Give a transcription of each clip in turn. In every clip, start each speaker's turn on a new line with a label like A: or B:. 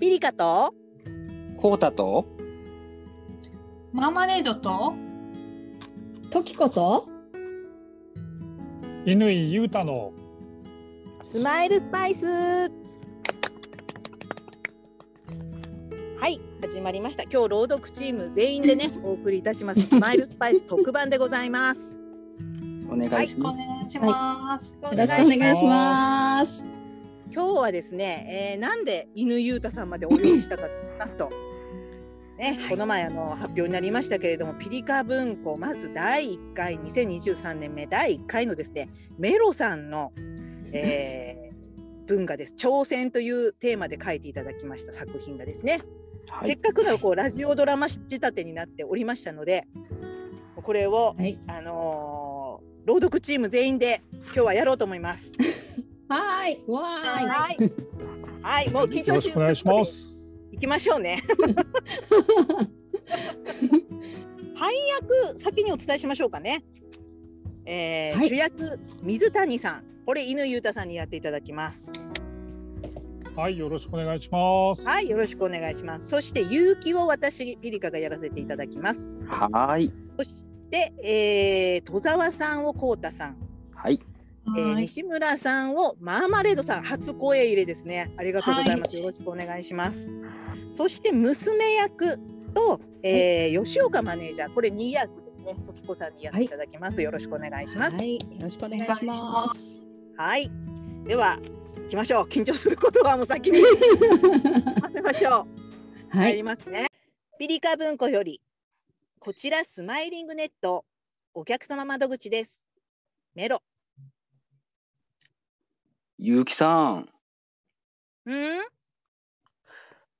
A: ミリカと
B: コウタと
C: マーマレードと
D: トキコと
E: 犬井優太の
A: スマイルスパイスはい始まりました今日朗読チーム全員でねお送りいたしますスマイルスパイス特番でございます
B: お願いし
C: お
B: ます。
C: 願いします。
D: よろしくお願いします。
A: 今日はですね、えー、なんで犬ゆうたさんまでお呼びしたかと言いますと、ね、この前あの発表になりましたけれども、ピリカ文庫まず第1回2023年目第1回のですねメロさんの、えー文がです挑戦というテーマで書いていただきました作品がですね、
B: は
A: せっ
B: い、
A: かくのこうラジオドラマ仕立てになっておりましたのでこれを、
D: はい、
A: あのー朗読チーム全員で今日はやろうと思います。
D: はーい、わーい。
A: はい。はい、もう緊
E: よ
A: 張
E: ろし
A: し
E: くお願いします。
A: 行きましょうね。配役先にお伝えしましょうかね。えー
D: はい
A: 主役水谷さん、これ犬裕太さんにやっていただきます。
E: はい、よろしくお願いします。
A: はい、よろしくお願いします。そして勇気を私ピリカがやらせていただきます。
B: はーい、
A: そして、えー、戸沢さんをこうたさん、
B: はい、
A: えー
C: はい
A: 西村さんをマーマレードさん初声入れですねありがとうございます、
C: はい
A: よろしくお願いしますそして娘役と、えー吉岡マネージャーこれ2役ですね時子さんにやっていただきます、よろしくお願いします
D: は
A: はい、
D: い、よろしくお願い
C: お
D: しま
C: 願い
D: す。
C: します。
A: では行きましょう緊張することはもう先にませましょう
D: は
A: やり
D: い、
A: ますね。ピリカ文庫より、こちらスマイリングネット、お客様窓口です。メロ。
B: ゆうきさん、
A: うん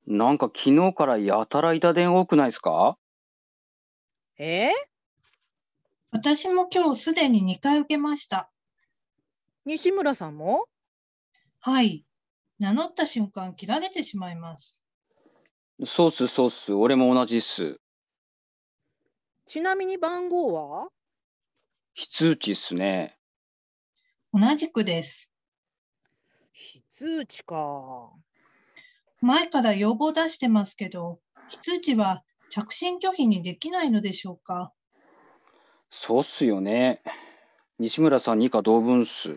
B: なんか昨日からやたら痛電多くないですか
A: えー、
C: 私も今日すでに2回受けました。
A: 西村さんも
C: はい。名乗った瞬間切られてしまいます。
B: そうっす、そうっす、俺も同じっす。
A: ちなみに番号は
B: 非通知っすね。
C: 同じくです。
A: 非通知か。
C: 前から要望出してますけど、非通知は着信拒否にできないのでしょうか。
B: そうっすよね。西村さん以下同分っす。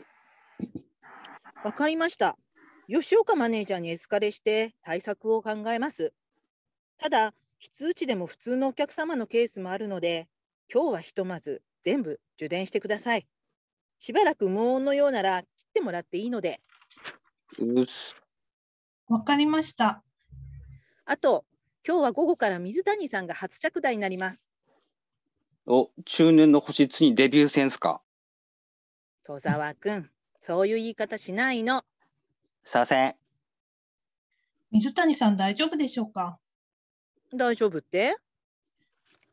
A: わかりました。吉岡マネージャーにエスカレして対策を考えます。ただ、非通知でも普通のお客様のケースもあるので、今日はひとまず全部受電してください。しばらく無音のようなら切ってもらっていいので、
B: うっす。
C: わかりました。
A: あと、今日は午後から水谷さんが初着台になります。
B: お、中年の星つにデビュー戦っすか
A: 戸沢くん、そういう言い方しないの。
B: させん。
C: 水谷さん大丈夫でしょうか
A: 大丈夫って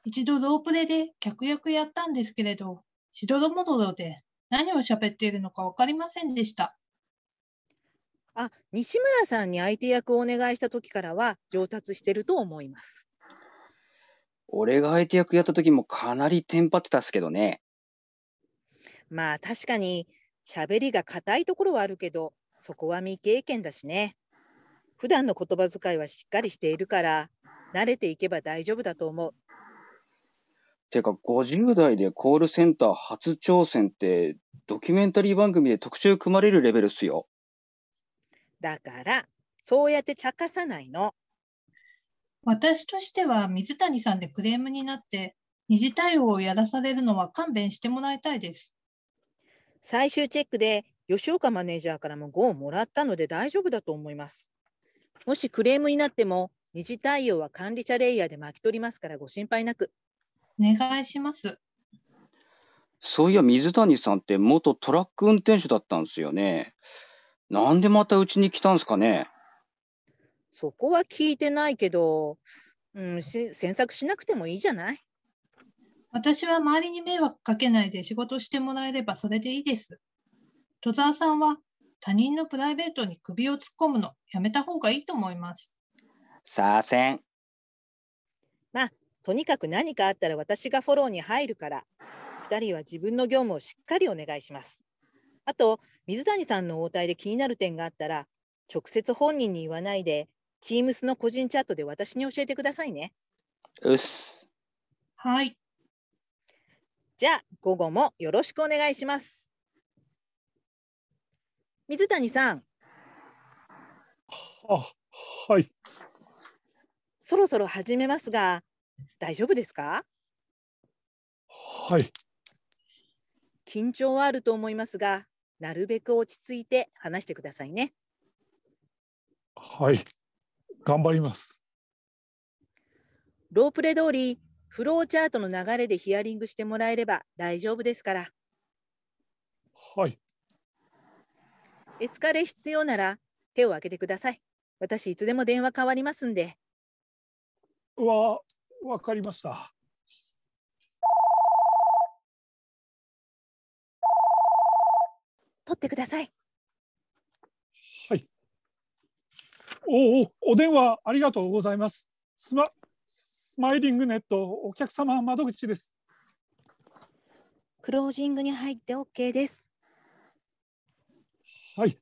C: 一度ロープレで客役やったんですけれど、しどろもどろで何を喋っているのか分かりませんでした。
A: あ、西村さんに相手役をお願いした時からは上達してると思います。
B: 俺が相手役やった時もかなりテンパってたっすけどね。
A: まあ確かに喋りが硬いところはあるけどそこは未経験だしね普段の言葉遣いはしっかりしているから慣れていけば大丈夫だと思う
B: てか、50代でコールセンター初挑戦って、ドキュメンタリー番組で特集組まれるレベルっすよ。
A: だからそうやって茶化さないの
C: 私としては水谷さんでクレームになって、二次対応をやらされるのは勘弁してもらいたいです。
A: 最終チェックで吉岡マネージャーからも5をもらったので大丈夫だと思いますもしクレームになっても二次対応は管理者レイヤーで巻き取りますからご心配なく
C: お願いします。
B: そういや、水谷さんって元トラック運転手だったんですよね。なんでまたうちに来たんすかね
A: そこは聞いてないけど、うん、し詮索しなくてもいいじゃない
C: 私は周りに迷惑かけないで仕事してもらえればそれでいいです。戸沢さんは他人のプライベートに首を突っ込むのやめた方がいいと思います。
B: さあせん。
A: とにかく何かあったら私がフォローに入るから、2人は自分の業務をしっかりお願いします。あと、水谷さんの応対で気になる点があったら、直接本人に言わないで、 Teams の個人チャットで私に教えてくださいね。
B: うっす。
C: はい。
A: じゃあ午後もよろしくお願いします。水谷さん、
E: あ、はい。
A: そろそろ始めますが、大丈夫ですか
E: はい。
A: 緊張はあると思いますが、なるべく落ち着いて話してくださいね。
E: はい。頑張ります。
A: ロープレ通り、フローチャートの流れでヒアリングしてもらえれば大丈夫ですから、
E: はい。
A: エスカレ必要なら手を挙げてください。私、いつでも電話変わりますんで。
E: わ、わかりました。
A: 取ってください。
E: おお、お電話ありがとうございます。スマ、スマイリングネットお客様窓口です。
A: クロージングに入って OK です。
E: はい。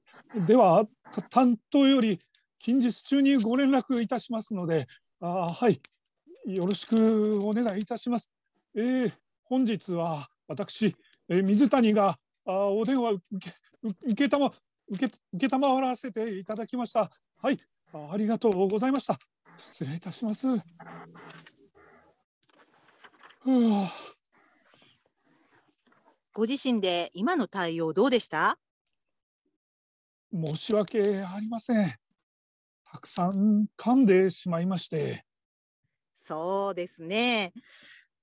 E: では、た担当より近日中にご連絡いたしますので、あはい。よろしくお願いいたします。えー本日は私、えー水谷があお電話受け受けたま受け受けたまわらせていただきました。はい。あありがとうございました。失礼いたします。ふう
A: ご自身で今の対応どうでした
E: 申し訳ありません。たくさん噛んでしまいまして。
A: そうですね。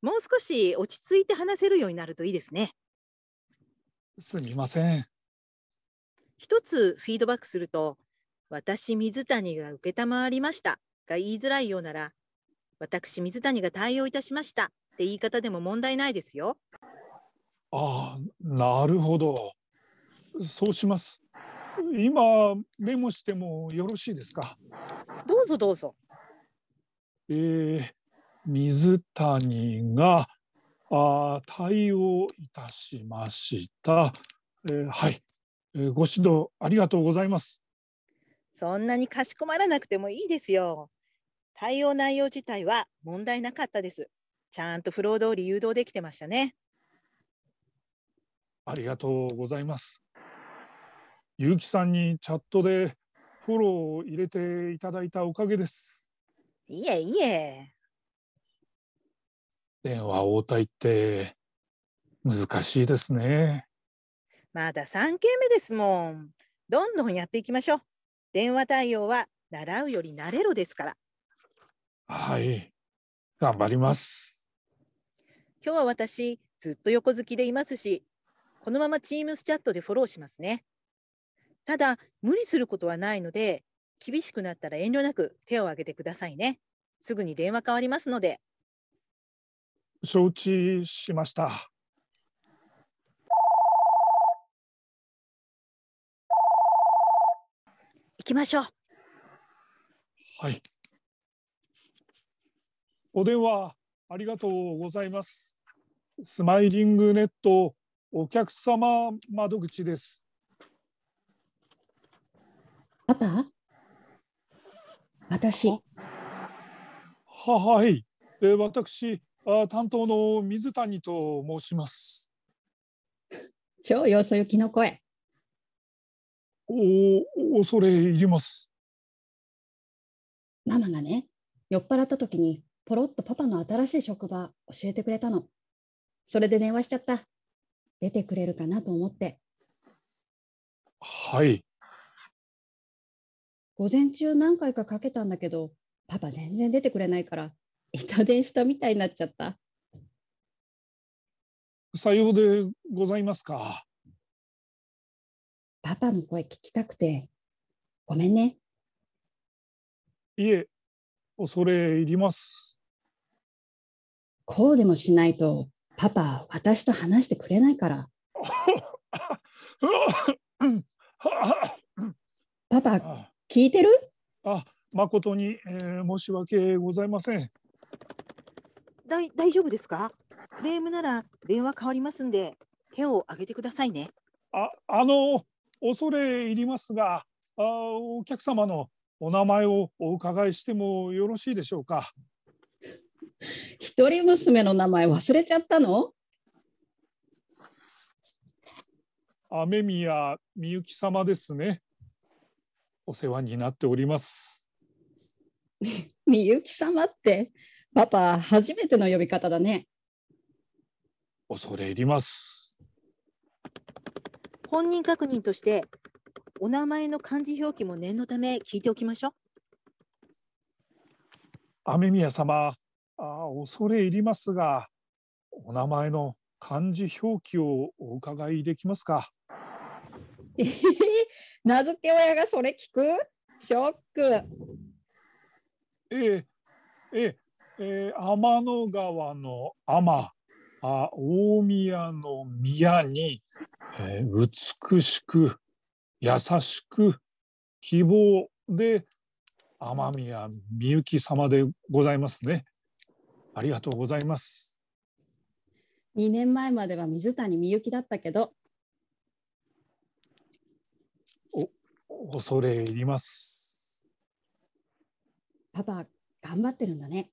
A: もう少し落ち着いて話せるようになるといいですね。
E: すみません。
A: 一つフィードバックすると、私、水谷が承りましたが言いづらいようなら、私、水谷が対応いたしましたって言い方でも問題ないですよ。
E: ああ、なるほど。そうします。今、メモしてもよろしいですか。
A: どうぞどうぞ。
E: えー、水谷があー対応いたしました。えーはい、えーご指導ありがとうございます。
A: そんなにかしこまらなくてもいいですよ。対応内容自体は問題なかったです。ちゃんとフロー通り誘導できてましたね。
E: ありがとうございます。ゆうきさんにチャットでフォローを入れていただいたおかげです。
A: いえいえ。
E: 電話応対って難しいですね。
A: まだ3件目ですもん。どんどんやっていきましょう。電話対応は習うより慣れろですから。
E: はい。頑張ります。
A: 今日は私、ずっと横好きでいますし、このまま Teams チャットでフォローしますね。ただ、無理することはないので、厳しくなったら遠慮なく手を挙げてくださいね。すぐに電話変わりますので。
E: 承知しました。
A: 行きましょう。
E: はい。お電話ありがとうございます。スマイリングネットお客様窓口です。
D: パパ私、
E: ははい。えー私あ担当の水谷と申します。
D: 超よそ行きの声。
E: お恐れ入ります。
D: ママがね、酔っ払った時にポロッとパパの新しい職場教えてくれたの。それで電話しちゃった。出てくれるかなと思って。
E: はい。
D: 午前中何回かかけたんだけど、パパ全然出てくれないから、板電したみたいになっちゃった。
E: さようでございますか。
D: パパの声聞きたくて。ごめんね。
E: いえ、恐れ入ります。
D: こうでもしないと、パパ、私と話してくれないから。パパ、
E: あ、
D: 聞いてる
E: あ誠に、えー申し訳ございません。
A: だい大丈夫ですかクレームなら電話変わりますんで、手を挙げてくださいね。
E: あ、あの、恐れ入りますが、あお客様のおお名前をお伺いしてもよろしいでしょうか。
D: 一人娘の名前忘れちゃったの
E: 雨宮みゆき様ですね。お世話になっております。
D: みゆき様って、パパ、初めての呼び方だね。
E: 恐れ入ります。
A: 本人確認としてお名前の漢字表記も念のため聞いておきましょう。
E: 雨宮様、あ恐れ入りますが、お名前の漢字表記をお伺いできますか。
D: えへへ名付け親がそれ聞くショック。
E: ええ、ええ、ええ天の川の天、あ大宮の宮に、ええ美しく、優しく、希望で、天宮みゆき様でございますね。ありがとうございます。
D: 2年前までは水谷みゆきだったけど、
E: 恐れ入ります。
D: パパ、頑張ってるんだね。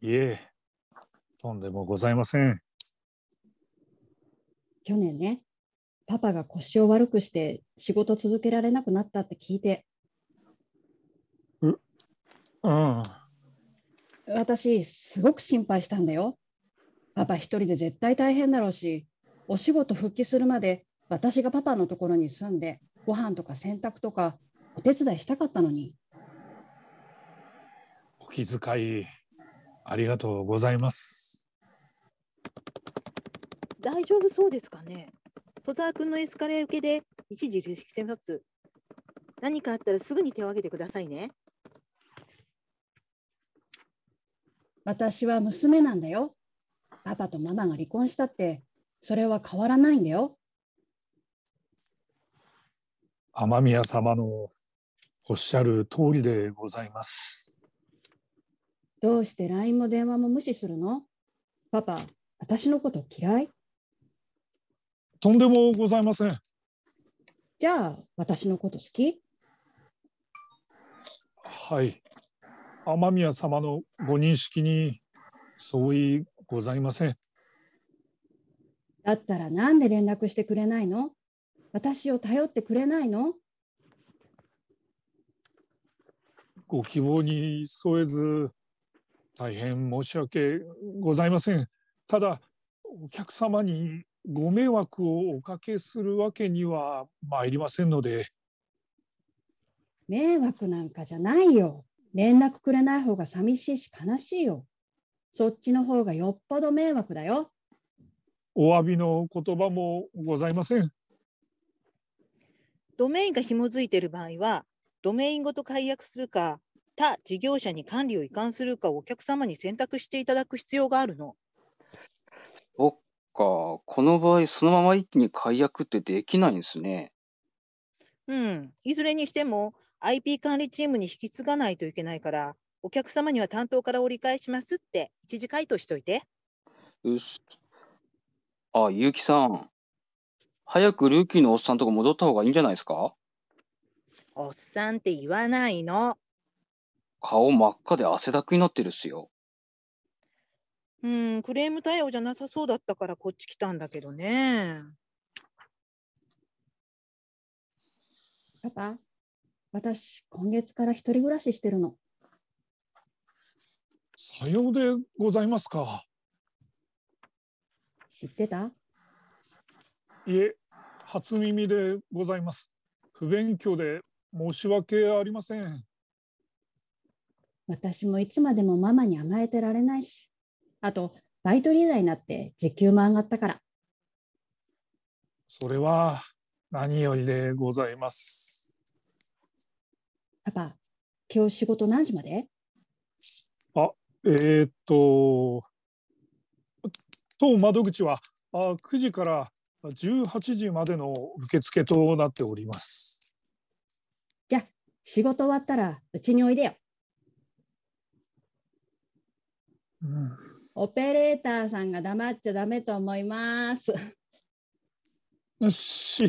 E: いえ、とんでもございません。
D: 去年ね、パパが腰を悪くして仕事続けられなくなったって聞いて、
E: うん、
D: 私、すごく心配したんだよ。パパ一人で絶対大変だろうし、お仕事復帰するまで私がパパのところに住んで、ご飯とか洗濯とかお手伝いしたかったのに。
E: お気遣い、ありがとうございます。
A: 大丈夫そうですかね戸沢君のエスカレー受けで一時力戦発何かあったらすぐに手を挙げてくださいね
D: 私は娘なんだよ。パパとママが離婚したって、それは変わらないんだよ。
E: 雨宮様のおっしゃる通りでございます。
D: どうして LINE も電話も無視するのパパ、私のこと嫌い
E: とんでもございません。
D: じゃあ、私のこと好き
E: はい。雨宮様のご認識に相違ございません。
D: だったらなんで連絡してくれないの私を頼ってくれないの
E: ご希望に添えず、大変申し訳ございません。ただ、お客様にご迷惑をおかけするわけには参りませんので、
D: 迷惑なんかじゃないよ。連絡くれない方が寂しいし悲しいよ。そっちの方がよっぽど迷惑だよ。
E: お詫びの言葉もございません。
A: ドメインが紐づいている場合はドメインごと解約するか他事業者に管理を移管するかをお客様に選択していただく必要があるの
B: そっか、この場合、そのまま一気に解約ってできないんですね。
A: うんいずれにしても IP 管理チームに引き継がないといけないからお客様には担当から折り返しますって一時回答しといて
B: うっすあ、ゆうきさん。早くルーキーのおっさんとこ戻った方がいいんじゃないですか
A: おっさんって言わないの
B: 顔真っ赤で汗だくになってるっすよ。
A: うんクレーム対応じゃなさそうだったからこっち来たんだけどね
D: パパ、私、今月から一人暮らししてるの。
E: さようでございますか。
D: 知ってた
E: いえ、初耳でございます。不勉強で申し訳ありません。
D: 私もいつまでもママに甘えてられないし。あと、バイトリーダーになって時給も上がったから。
E: それは何よりでございます。
D: パパ、今日仕事何時まで
E: えーっと、当窓口はあ9時から18時までの受付となっております。
D: 仕事終わったらうちにおいでよ。
E: うん
D: オペレーターさんが黙っちゃダメと思います。
E: し、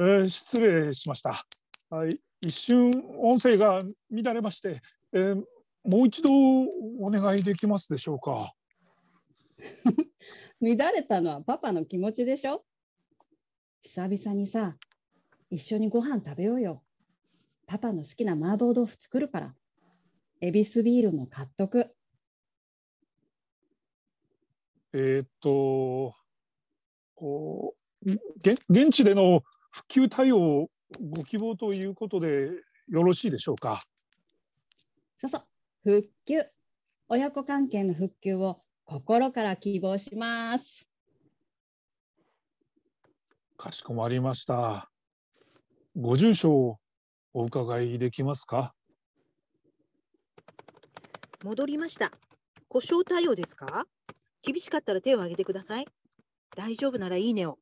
E: えー失礼しました。はい、一瞬音声が乱れまして、えーもう一度お願いできますでしょうか。
D: 乱れたのはパパの気持ちでしょ久々にさ、一緒にご飯食べようよ。パパの好きな麻婆豆腐作るから。エビスビールも買っとく。
E: えーっと、おげ現地での復旧対応をご希望ということでよろしいでしょうか。
D: そうそう、復旧。親子関係の復旧を心から希望します。
E: かしこまりました。ご住所をお伺いできますか。
A: 戻りました。故障対応ですか厳しかったら手を挙げてください。大丈夫ならいいねを。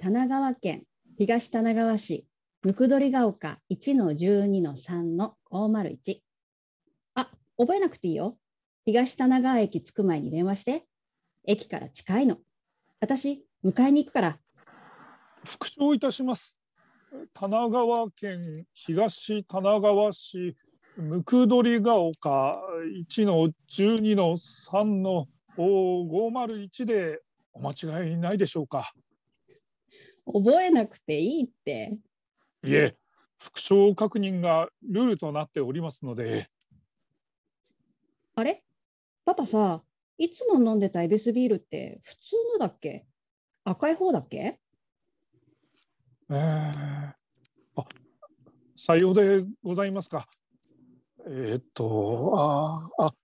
D: 神奈川県東神奈川市ムクドリが丘1の12の3の501。あ、覚えなくていいよ。東神奈川駅着く前に電話して。駅から近いの。私、迎えに行くから。
E: 復唱いたします。神奈川県東神奈川市ムクドリが丘1の12の3の501でお間違いないでしょうか。
D: 覚えなくていいって。
E: いえ、復唱確認がルールとなっておりますので、
D: あれパパさ、いつも飲んでたエビスビールって普通のだっけ赤い方だっけ
E: えーあさようでございますか。えーっと、あー、あ、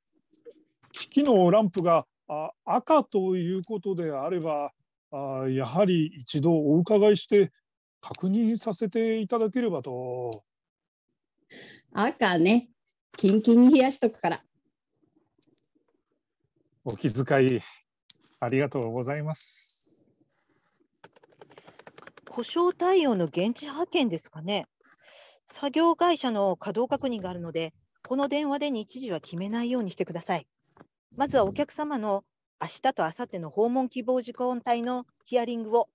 E: 機器のランプがあ赤ということであれば、あーやはり一度お伺いして確認させていただければと。
D: 赤ね。キンキンに冷やしとくから。
E: お気遣いありがとうございます。
A: 故障対応の現地派遣ですかね。作業会社の稼働確認があるので、この電話で日時は決めないようにしてください。まずはお客様の明日と明後日の訪問希望事項帯のヒアリングを。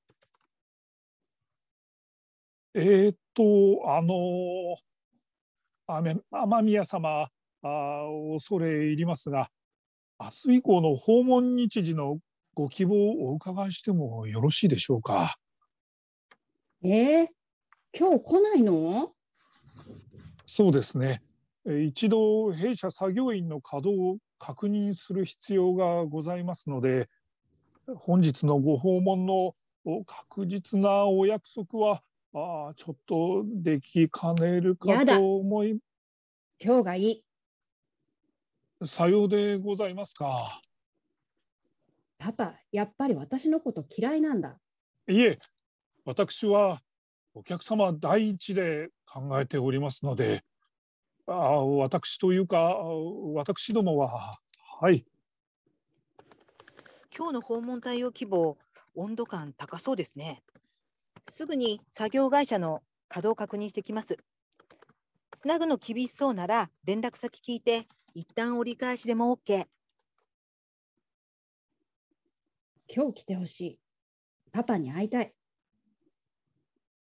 E: えーっと、あのー、あめ雨宮様、あー恐れ入りますが、明日以降の訪問日時のご希望をお伺いしてもよろしいでしょうか。
D: えー、今日来ないの
E: そうですね。え一度、弊社作業員の稼働を確認する必要がございますので、本日のご訪問のお確実なお約束は、あーちょっとできかねるか
D: やだ
E: と思い
D: 今日がいい。
E: さようでございますか。
D: パパ、やっぱり私のこと嫌いなんだ。
E: いえ、私はお客様第一で考えておりますので、あ私というか、私どもは、はい、
A: 今日の訪問対応希望、温度感高そうですね。すぐに作業会社の稼働確認してきます。つなぐの厳しそうなら連絡先聞いて、一旦折り返しでも OK。
D: 今日来てほしい。パパに会いたい。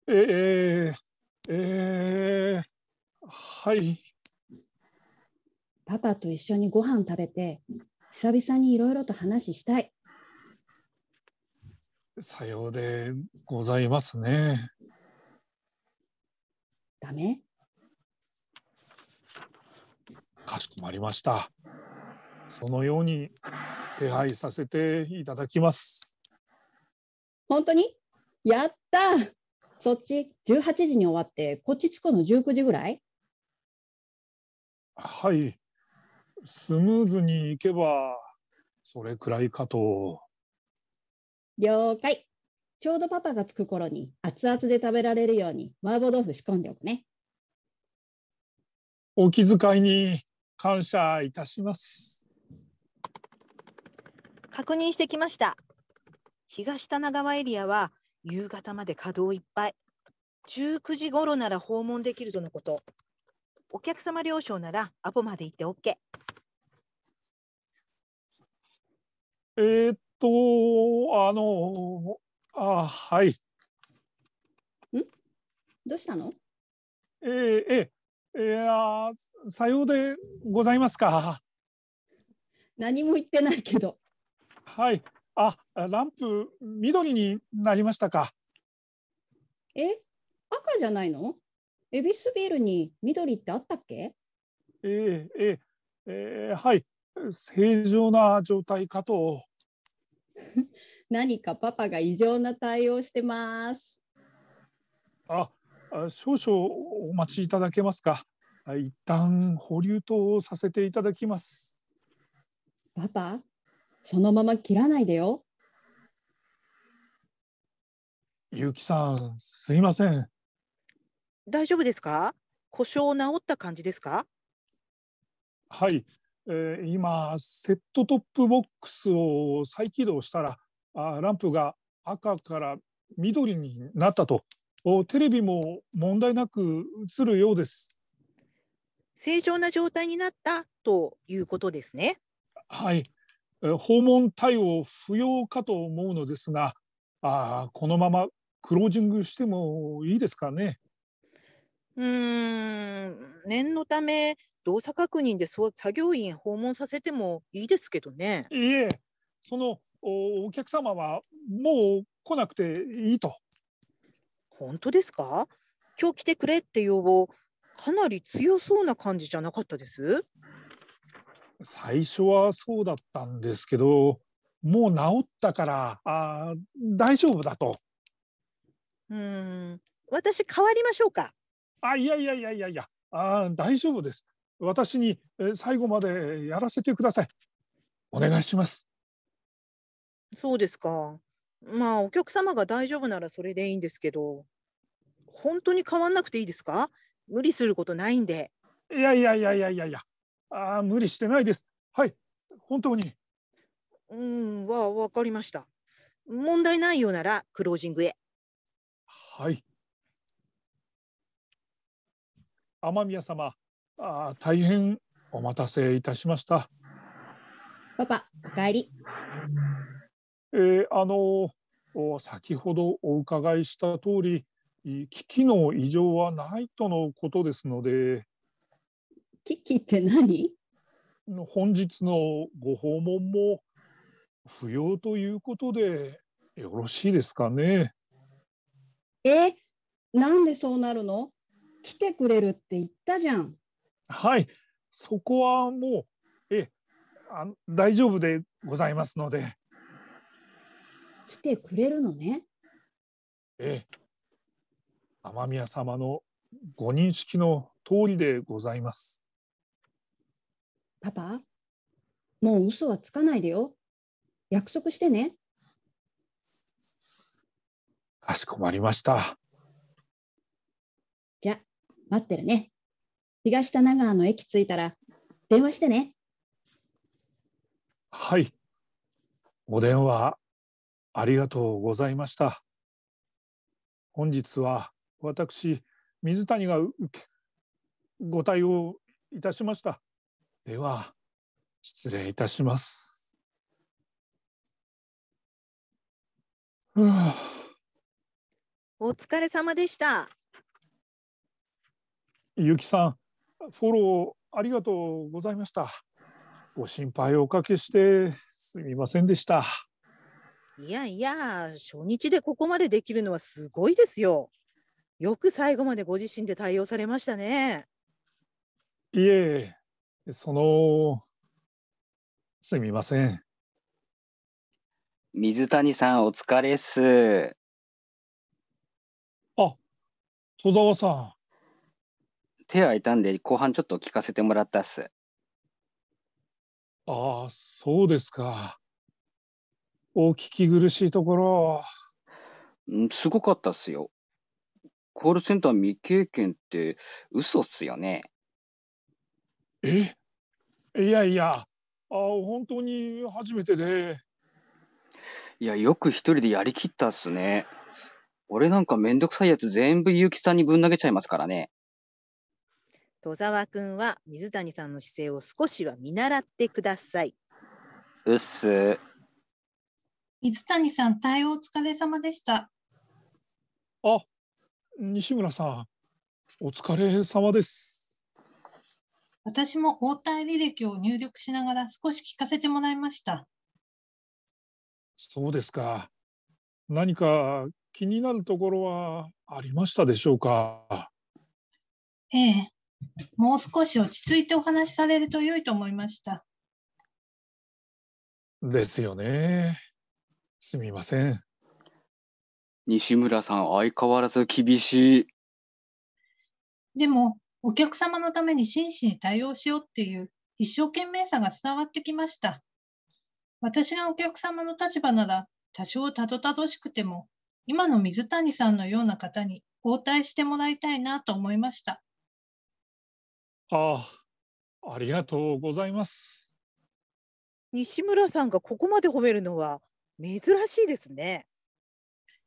E: えええーはい、
D: パパと一緒にご飯食べて、久々にいろいろと話したい。
E: さようでございますね。
D: ダメ
E: かしこまりました。そのように手配させていただきます。
D: 本当にやったそっち18時に終わって、こっち着くの19時ぐらい
E: はい、スムーズにいけば、それくらいかと。
D: 了解。ちょうどパパが着く頃に熱々で食べられるように麻婆豆腐仕込んでおくね。
E: お気遣いに感謝いたします。
A: 確認してきました。東神奈川エリアは夕方まで稼働いっぱい。19時頃なら訪問できるとのこと。お客様了承ならアポまで行って OK。
E: えーっと、あの、あ、はい。
D: どうしたの
E: えー、えー、いやーさようでございますか。
D: 何も言ってないけど。
E: はい。あ、ランプ緑になりましたか。
D: え赤じゃないのエビスビールに緑ってあったっけ
E: えー、えー、えー、はい。正常な状態かと。
D: 何かパパが異常な対応してます。
E: あ、あ少々お待ちいただけますか。あ一旦保留とさせていただきます。
D: パパ、そのまま切らないでよ。
E: ゆうきさん、すいません。
A: 大丈夫ですか故障治った感じですか
E: はい、えー今、セットトップボックスを再起動したら、あランプが赤から緑になったと、おテレビも問題なく映るようです。
A: 正常な状態になったということですね。
E: はい、えー訪問対応不要かと思うのですが、あーこのままクロージングしてもいいですかね。
A: うーん、念のため動作確認でそう作業員訪問させてもいいですけどね。
E: いえ、そのおお客様はもう来なくていいと。
A: 本当ですか今日来てくれって要望、かなり強そうな感じじゃなかったです。
E: 最初はそうだったんですけど、もう治ったから、あー大丈夫だと。
A: うーん、私変わりましょうか。
E: あ、いやいやいやいやいや、あー大丈夫です。私にえー最後までやらせてください。お願いします。
A: そうですか。まあ、お客様が大丈夫ならそれでいいんですけど、本当に変わんなくていいですか無理することないんで。
E: いやいやいやいやいやいや、あー無理してないです。はい、本当に。
A: うん、わ、わかりました。問題ないようなら、クロージングへ。
E: はい。雨宮様、あー大変お待たせいたしました。
D: パパ、お帰り。
E: えーあのお先ほどお伺いした通り、い機器の異常はないとのことですので、
D: キキって何
E: 本日のご訪問も不要ということでよろしいですかね。
D: えなんでそうなるの来てくれるって言ったじゃん。
E: はい、そこはもう、えあ大丈夫でございますので、
D: 来てくれるのね。
E: え雨宮様のご認識の通りでございます。
D: パパ、もう嘘はつかないでよ。約束してね。
E: かしこまりました。
D: じゃ、待ってるね。東田長の駅着いたら電話してね。
E: はい。お電話ありがとうございました。本日は私、水谷が受けご対応いたしました。では、失礼いたします。うわ
A: お疲れ様でした。
E: ゆきさん、フォローありがとうございました。ご心配おかけしてすみませんでした。
A: いやいや、初日でここまでできるのはすごいですよ。よく最後までご自身で対応されましたね。
E: いえ、その、すみません。
B: 水谷さん、お疲れっす。
E: 戸沢さ
B: 手空いたんで、後半ちょっと聞かせてもらったっす。
E: ん。ああ、そうですか。お聞き苦しいところ。
B: んすごかったっすよ。コールセンター未経験って嘘っすよね。
E: えいやいや、あ本当に初めてで。
B: いや、よく一人でやりきったっすね。俺なんかめんどくさいやつ全部結城さんにぶん投げちゃいますからね。
A: 戸沢君は水谷さんの姿勢を少しは見習ってください。
B: うっす。
C: 水谷さん、対応お疲れ様でした。
E: 西村さん、お疲れ様です。
C: 私も応対履歴を入力しながら少し聞かせてもらいました。
E: そうですか。何か気になるところはありましたでしょうか。
C: ええ、もう少し落ち着いてお話しされると良いと思いました。
E: ですよね。すみません。
B: 西村さん、相変わらず厳しい。
C: でも、お客様のために真摯に対応しようっていう一生懸命さが伝わってきました。私がお客様の立場なら、多少たどたどしくても、今の水谷さんのような方に応対してもらいたいなと思いました。
E: ああ、ありがとうございます。
A: 西村さんがここまで褒めるのは珍しいですね。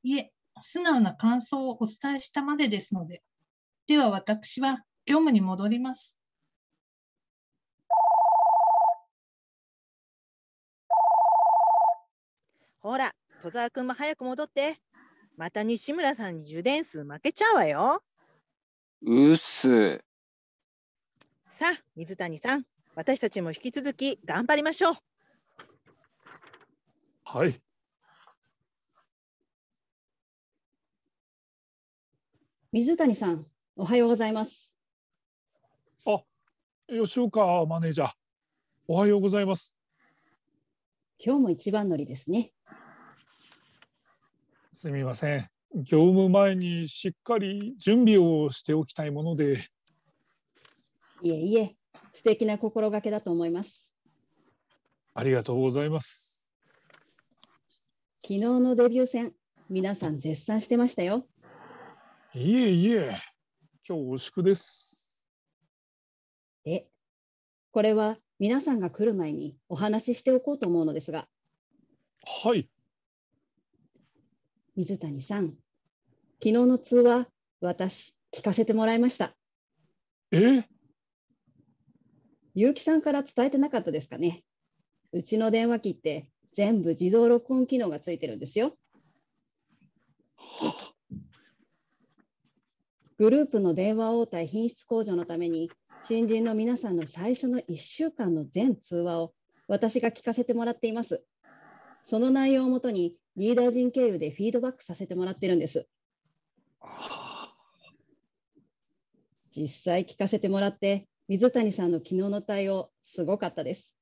C: いえ、素直な感想をお伝えしたまでですので。では私は業務に戻ります。
A: ほら、戸沢くんも早く戻って。また西村さんに油田数負けちゃうわよ。
B: うっす。
A: さあ、水谷さん、私たちも引き続き頑張りましょう。
E: はい。
D: 水谷さん、おはようございます。
E: 吉岡マネージャー、おはようございます。
D: 今日も一番乗りですね。
E: すみません。業務前にしっかり準備をしておきたいもので、
D: いえいえ、素敵な心がけだと思います。
E: ありがとうございます。
D: 昨日のデビュー戦、皆さん絶賛してましたよ。
E: いえいえ、恐縮です。
D: で、これは皆さんが来る前にお話ししておこうと思うのですが、
E: はい、
D: 水谷さん、昨日の通話、私、聞かせてもらいました。
E: え、
D: 結城さんから伝えてなかったですかね。うちの電話機って全部自動録音機能がついてるんですよ。グループの電話応対品質向上のために、新人の皆さんの最初の1週間の全通話を私が聞かせてもらっています。その内容をもとにリーダー陣経由でフィードバックさせてもらってるんです。実際聞かせてもらって、水谷さんの昨日の対応、すごかったです。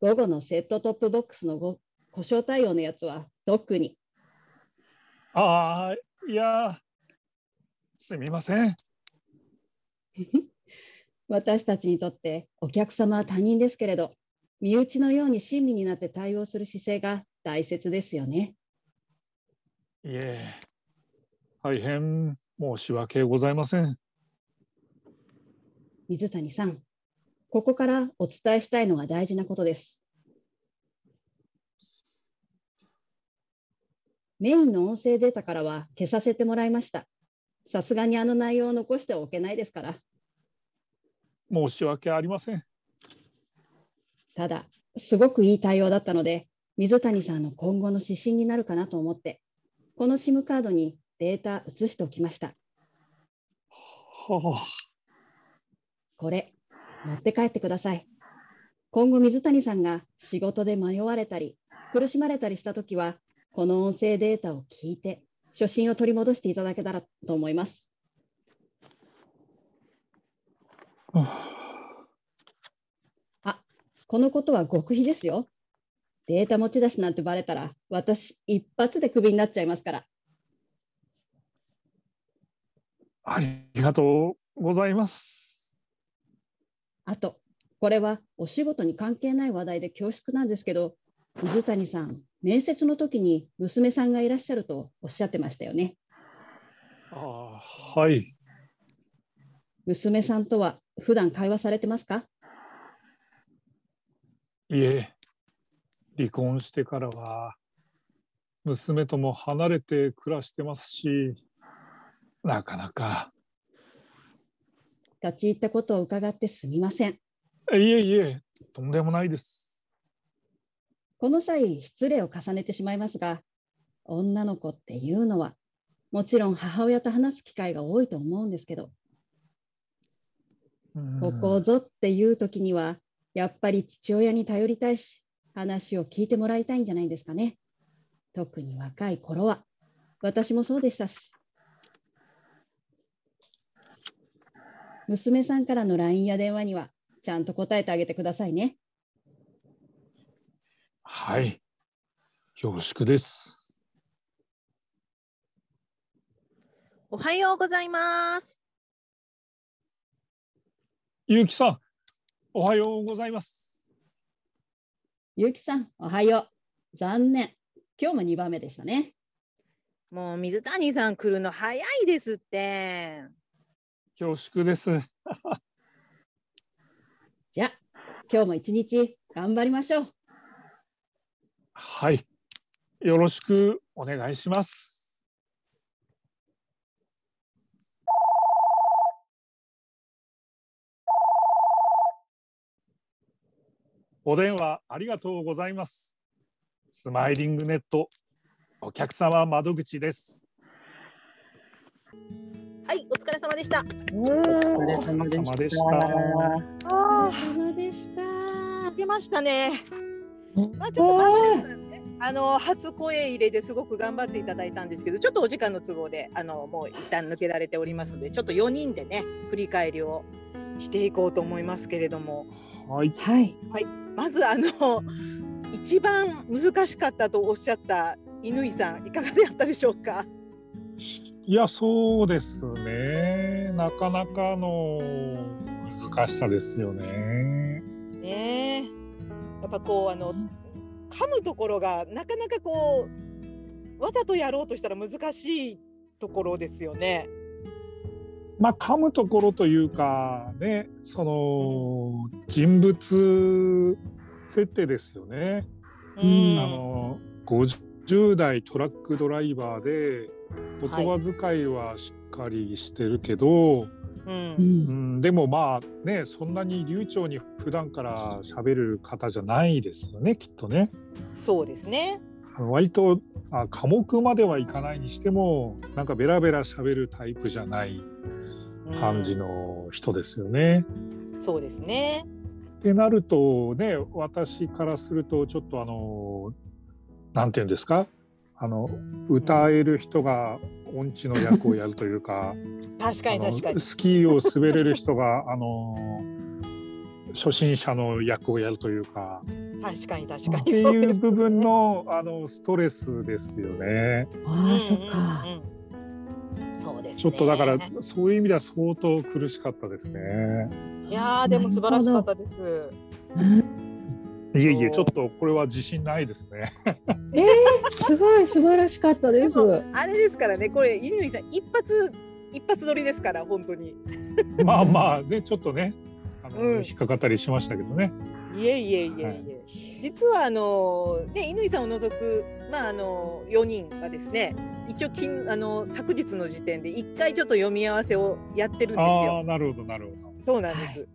D: 午後のセットトップボックスのご故障対応のやつは、特に。
E: ああ、いや、すみません。
D: 私たちにとってお客様は他人ですけれど、身内のように親身になって対応する姿勢が大切ですよね。
E: いえ、大変申し訳ございません。
D: 水谷さん、ここからお伝えしたいのが大事なことです。メインの音声データからは消させてもらいました。さすがにあの内容を残してはおけないですから。
E: 申し訳ありません。
D: ただ、すごくいい対応だったので、水谷さんの今後の指針になるかなと思って、この SIM カードにデータ移しておきました。
E: はあ、
D: これ、持って帰ってください。今後、水谷さんが仕事で迷われたり、苦しまれたりしたときは、この音声データを聞いて、初心を取り戻していただけたらと思います。このことは極秘ですよ。データ持ち出しなんてバレたら、私、一発でクビになっちゃいますから。
E: ありがとうございます。
D: あと、これはお仕事に関係ない話題で恐縮なんですけど、水谷さん、面接の時に娘さんがいらっしゃるとおっしゃってましたよね。
E: ああ、はい、
D: 娘さんとは普段会話されてますか
E: いえ、離婚してからは、娘とも離れて暮らしてますし、なかなか。
D: 立ち入ったことを伺ってすみません。
E: いえいえ、とんでもないです。
D: この際、失礼を重ねてしまいますが、女の子っていうのは、もちろん母親と話す機会が多いと思うんですけど、
E: うん
D: ここぞっていう時には、やっぱり父親に頼りたいし、話を聞いてもらいたいんじゃないですかね。特に若い頃は、私もそうでしたし。娘さんからの LINE や電話には、ちゃんと答えてあげてくださいね。
E: はい。恐縮です。
A: おはようございます。
E: ゆうきさん、おはようございます。
D: ゆきさん、おはよう。残念。今日も2番目でしたね。
A: もう水谷さん来るの早いですって。
E: 恐縮です。
D: じゃあ、今日も一日頑張りましょう。
E: はい。よろしくお願いします。お電話ありがとうございます。スマイリングネットお客様窓口です。
A: はい、お疲れ様でした。
B: お疲れ様
E: お疲れ様でした
A: あ
D: お疲れ様でした。
A: 出ましたね。まあ、ちょっと
D: お
A: 番組
D: ー
A: ですねあの初声入れですごく頑張っていただいたんですけど、ちょっとお時間の都合であのもう一旦抜けられておりますので、ちょっと4人でね振り返りをしていこうと思いますけれども、
E: はい。
D: はい。
A: まずあの一番難しかったとおっしゃった乾さんいかがであったでしょうか。
E: いや、そうですね。なかなかの難しさですよね。
A: ねえ、やっぱこうあの噛むところがなかなかこうわざとやろうとしたら難しいところですよね。
E: まあ、噛むところというか、ね、その人物設定ですよね。
A: う
E: あの50代トラックドライバーで言葉遣いはしっかりしてるけど、
A: うん
D: うん
E: うん、でもまあねそんなに流暢に普段から喋る方じゃないですよねきっとね。
A: そうですね。
E: 割とあ科目まではいかないにしてもなんかベラベラ喋るタイプじゃない感じの人ですよね。
A: うん。そうですね。
E: ってなるとね私からするとちょっとあのなんていうんですかあの歌える人が音痴の役をやるというか
A: 確かに
E: あの
A: 確かに。
E: スキーを滑れる人があの初心者の役をやるというか
A: 確かに確か
E: っ
A: に。
E: ていう部分のあのストレスですよね。
D: ああ、そっか。
A: うんうんうん。そうです、ね。
E: ちょっとだから、そういう意味では相当苦しかったですね。
A: いやーでも素晴らしかったです。
E: いえいえ、ちょっとこれは自信ないですね。
D: えー、すごい素晴らしかったです。
A: あれですからね、これ乾さん一発一発撮りですから本当に。
E: まあまあ、ね、ちょっとね、あの
A: うん
E: 引っかかったりしましたけどね。
A: いえいえいえいえ。
E: はい
A: 実はあのね乾さんを除くまああの四人がですね、一応金あの昨日の時点で一回ちょっと読み合わせをやってるんです
E: あ
A: よ。
E: あ、なるほど、なるほど。
A: そうなんです。
E: はい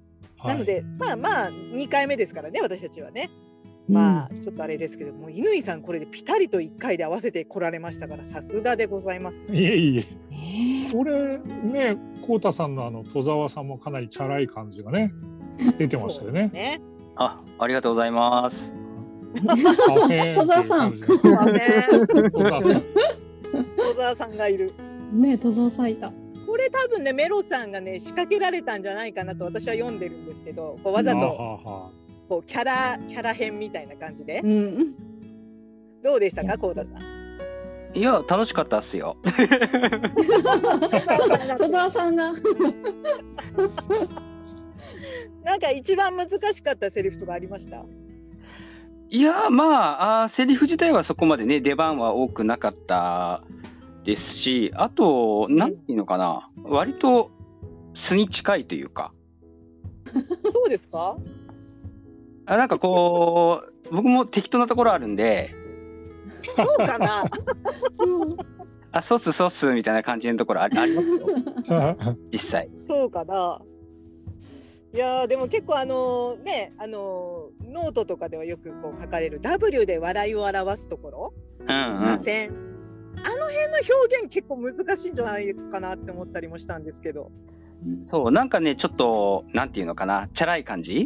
A: なのでまあまあ2回目ですからね私たちはねまあちょっとあれですけどもう乾さんこれでピタリと1回で合わせてこられましたからさすがでございます
E: いえい
D: うん。
E: え、
D: ね
E: これね、こうたさんのあの戸沢さんもかなりチャラい感じがね、出てましたよね。
A: ね。
B: あ、ありがとうございます。
E: 左遷っていう
D: 戸沢さん
E: 感じ
A: すい
E: の
A: ません
E: 戸沢さん。
A: 小沢さんがいる
D: え、ねえ、戸沢さんいた。
A: これ多分ねメロさんがね仕掛けられたんじゃないかなと私は読んでるんですけどこうわざ
E: はあ
A: と
E: はあはあ
A: こうキャラキャラ編みたいな感じで
D: うん。
A: どうでしたかこうたさん。
B: いや、楽しかったっすよ。
D: 戸沢さんが。
A: なんか一番難しかったセリフとかありま した
B: いや、まあ、あーセリフ自体はそこまでね、出番は多くなかったですし、あと、なんていうのかな、割と素に近いというか、
A: そうですか
B: あなんかこう、僕も適当なところあるんで、
A: そうか な
D: うん
B: あ、そうっす、そうっす、みたいな感じのところあ りありますよ、実際。
A: そうかな。いやーでも結構あのねあのーノートとかではよくこう書かれる W で笑いを表すところ、
B: うんうん。
A: 線あの辺の表現結構難しいんじゃないかなって思ったりもしたんですけど、
B: そう、なんかね、ちょっと、なんていうのかな、チャラい感じ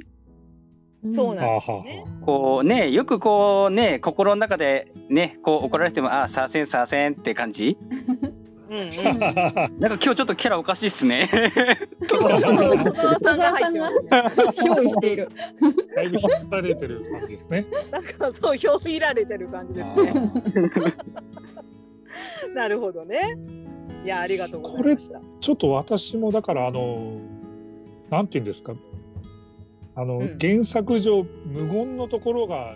A: そうなんで
E: はあは
A: す
E: あ
A: よ
E: は
A: ね。
B: こうね、よくこうね、心の中でね、こう怒られても、ああ、さあせんさあせんって感じ
A: うんうん
D: そうなんです
E: あ
B: なんか今日ちょっとキャラおかしいっすね。
A: 小沢さんが入ってますね
D: 憑依している。
E: だいぶ引っ張れてる感じですね。
A: なんかそう表いられてる感じですね。なるほどね。いやありがとうございました。
E: ちょっと私もだからあのなんて言うんですかあの、
A: うん
E: 原作上無言のところが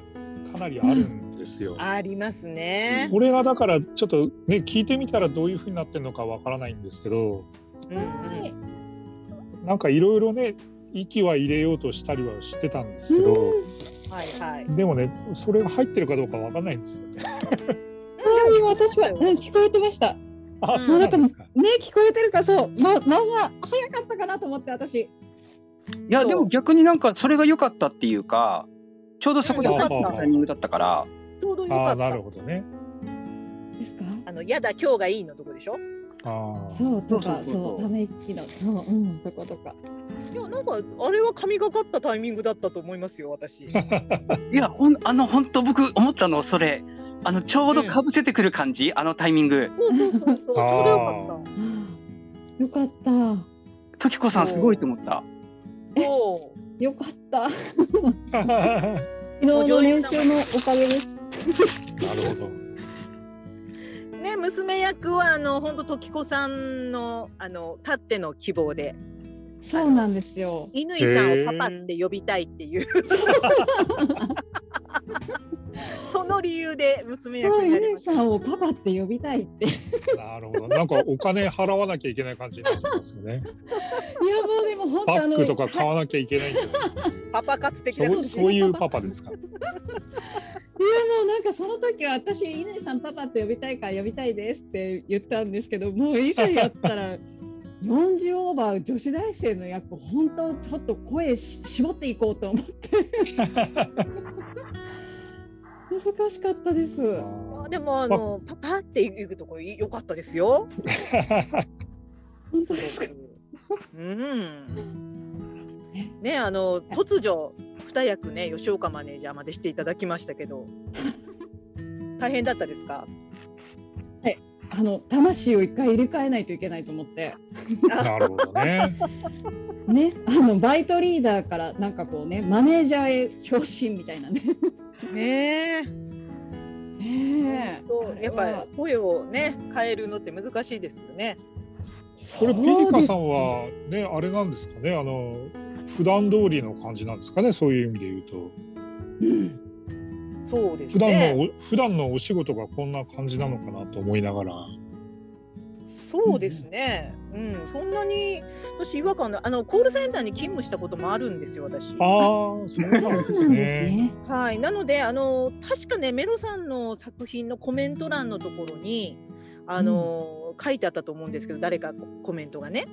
E: かなりあるんですよ。
A: ありますね。
E: これがだからちょっとね聞いてみたらどういうふうになってるのかわからないんですけど
A: うんうん
E: なんかいろいろね息は入れようとしたりはしてたんですけど
D: うん
A: はいはい。
E: でもねそれが入ってるかどうかわかんないんですよね。
D: うん私は、うん、聞こえてました。
E: あそうなんですか。
D: ね、聞こえてるか、そう、ま、間が早かったかなと思って、私。
B: いや、でも逆になんかそれが良かったっていうか、ちょうどそこで
A: 良
B: 良
A: か
B: か
A: っ
B: ったたタイミングだったから、
A: ちょうどよ
E: あ
A: か
E: あ
A: っ
E: なる
A: た。
E: ほどね。
D: ですか。
A: あのやだ今日がいいのとこでしょ。
E: あ あ
D: そう、とか、
B: そうそう
D: そ
B: そう
D: う、ため息の、そう、うん、とことか。
A: いやなんかあれは神がかったタイミングだったと思いますよ私。
B: いや、ほん、あの、本当僕思ったの、それ。あの、ちょうどかぶせてくる感じ、あのタイミング。
A: そうそうそうそう。それ
E: あー
A: よかっ
D: よかった。
B: 時子さんすごいと思った。
A: た。そ
D: よかった。昨日
A: もう
D: の
A: 女優
D: 練
A: さん
D: 習のおかげです。
E: なるほど。
A: う。ね娘役はあの本当時子さんのあのたっての希望で
D: そうなんですよ。
A: 乾さんをパパって呼びたいって いうその理由で娘
D: そ
A: 役
D: う、
A: にな
D: ゆ
A: りま
D: り
A: した。
D: さんをパパって呼びたいって。 いや、
E: なるほど。なんかお金払わなきゃいけない感じになっちゃいます よね。
D: もうでも、本
E: バ
D: 当、あ
E: ッ
D: の。
E: グとか買
D: は
E: わなきゃいけないんじゃない
A: パパ活的な
E: そうそういうパパです か。
D: いや、もう、なんか、その時は、私、ゆりさん、パパって呼びたいから、呼びたいですって言ったんですけど、もう、いざやったら。40オーバー女子大生の役本当ちょっと声し絞っていこうと思って難しかったです。
A: あでもあのパパっていうところ良かったですよ。
D: 本当ですか。
A: うん。ねあの突如二役ね吉岡マネージャーまでしていただきましたけど。大変だったですか。
D: あの魂を一回入れ替えないといけないと思って。
E: なるほどね。
D: ね、あのバイトリーダーからなんかこうねマネージャーへ昇進みたいなね。
A: ねえ。
D: ね
A: そうやっぱ声をね変えるのって難しいですよね。
E: これピリカさんはねあれなんですかねあの普段通りの感じなんですかねそういう意味で言うと
A: そうです
E: 普段
A: ね。
E: の、普段のお仕事がこんな感じなのかなと思いながら。
A: そうですね。うん、そんなに私違和感ない。あのコールセンターに勤務したこともあるんですよ、私。
E: ああそうなんで
D: そう
E: す
D: なんです
E: ね。
D: ね。
A: はい。なので、あの確かね、メロさんの作品のコメント欄のところに、あの、書いてあったと思うんですけど、誰かコメントがね、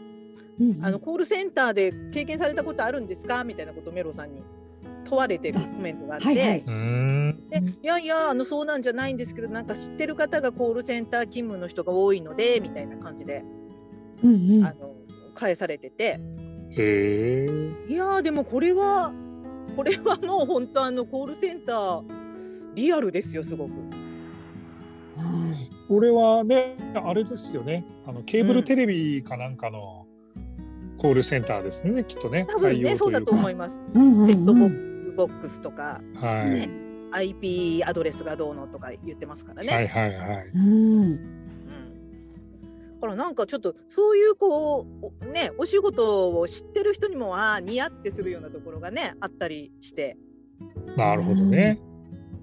D: うん
A: あのコールセンターで経験されたことあるんですかみたいなことをメロさんに問われてるコメントがあって。
D: はいはい。
E: うーん。
A: でいやいやあのそうなんじゃないんですけどなんか知ってる方がコールセンター勤務の人が多いのでみたいな感じで、
D: うんうん
A: あの返されてて
E: へえ。
A: いやーでもこれはこれはもう本当あのコールセンターリアルですよすごく。
E: これはねあれですよねあのケーブルテレビかなんかのコールセンターですね、きっとね。
A: 多分ねそうだと思い
E: ま
A: ます。
D: うんうん
A: セットボッ
D: うん
A: クスボックスとか
E: す。はい、
A: ね IP アドレスがどうのとか言ってますからね。
E: はいはいはい。
D: うん
A: うんだからなんかちょっとそういうこうおねお仕事を知ってる人にもああ似合ってするようなところがねあったりして
E: なるほどね。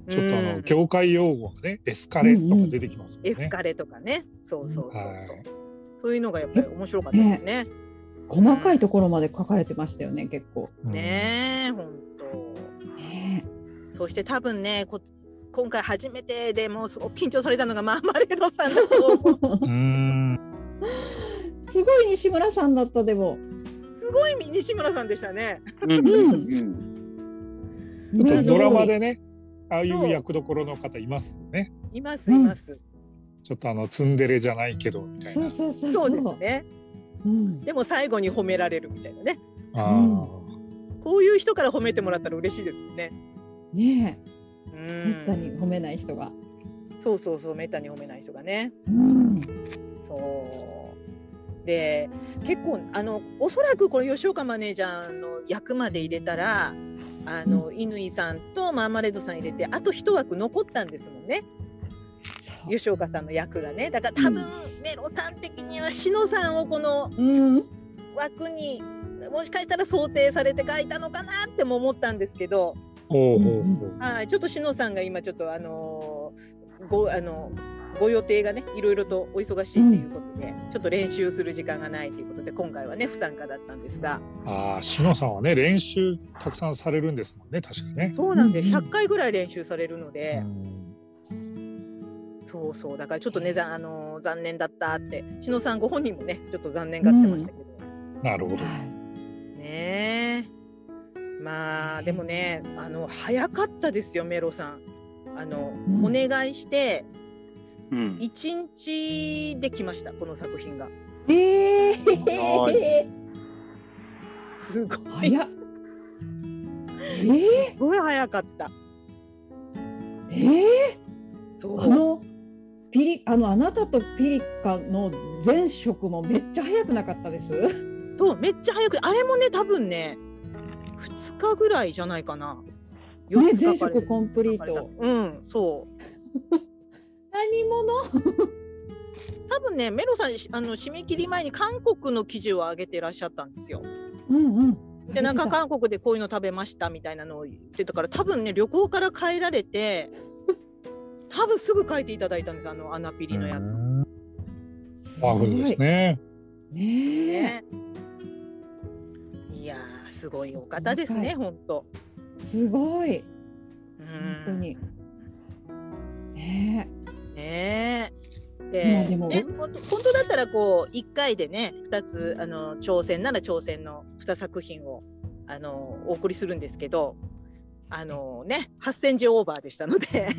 E: ちょっとあ
A: う
E: の
A: ん
E: 業界用語がねエスカレとか出てきますよ
A: エス
E: ね。
A: カレとかね、そうそうそうそう、
E: はい
A: そういうのがやっぱり面白かったですね。
D: 細かいところまで書かれてましたよね結構。
E: うん
A: ねえ、本
D: ね
A: 当。そして多分ね、こ今回初めてでもうすごく緊張されたのがマーマレードさんだと思う。
E: うーん。
D: すごい西村さんだったでも。
A: すごい西村さんでした ね。
B: うん
D: うん
B: ん。
D: イメージ通り
E: ドラマでねああいう役どころの方いますよね。
A: いますいます。
E: ちょっとあのツンデレじゃないけどみたい
D: そ
E: な
D: うそうそう
A: そう
D: う
A: ですね。
D: うん、
A: でも最後に褒められるみたいなね。
E: あ
A: こういう人から褒めてもらったら嬉しいですよね。
D: ね
A: う
D: え
A: ん
D: めったに褒めない人が、
A: そうそうそう、めったに褒めない人がね。
D: うん、
A: そう。で、結構、あの、おそらくこれ吉岡マネージャーの役まで入れたら。あの、乾さんとマーマレードさん入れて、あと一枠残ったんですもんね。
D: そう
A: 吉岡さんの役がね、だから、多分、メロさん的には、しのさんをこの。
D: うん、
A: 枠にもしかしたら想定されて書いたのかなっても思ったんですけど、
E: あほうほう
D: うん
E: ほう
A: はい、ちょっとしのさんが今ちょっとあのーごあのご予定がねいろいろとお忙しいということで、ちょっと練習する時間がないということで今回はね不参加だったんですが
E: ああ志乃さんはね練習たくさんされるんですもんね確かね。
A: そうなんで
D: うんうん
A: 100回ぐらい練習されるので、
E: うん
A: そうそうだからちょっとねざあのー残念だったってしのさんご本人もねちょっと残念がってましたけど、
E: なるほど。
D: は
A: ねえまあでもねあの早かったですよメロさんあの、
D: うん
A: お願いして
B: うん
A: 1日できましたこの作品が
D: い、え
B: は
D: え
A: すごい
D: 早っえ
A: すごい早かった
D: ー、え
A: そ
D: ー、
A: う
D: あのピリあのあなたとピリカの前職もめっちゃ早くなかったです。
A: そうめっちゃ早くあれもね多分ね2日ぐらいじゃないかな四日
D: 前
A: かか
D: 職
A: る
D: コンプリート
A: うんそう
D: 何者？
A: 多分ねメロさんしあの締め切り前に韓国の記事を上げてらっしゃったんですよ
D: うんうん。
A: でなんか韓国でこういうの食べましたみたいなのを言ってたから多分ね旅行から帰られて 多分すぐ書いていただいたんですあのアナピリのやつ。
E: うんパワフルですね。
D: ねえ、
A: ね、いやーすごいお方ですね本当。
D: すごい。
A: うん
D: 本当にね
A: ねえ。
D: いや
A: で
D: でも
A: ね本当本当だったらこう1回でね2つあの挑戦なら挑戦の2作品をあのお送りするんですけどあのね8,000字オーバーでしたので。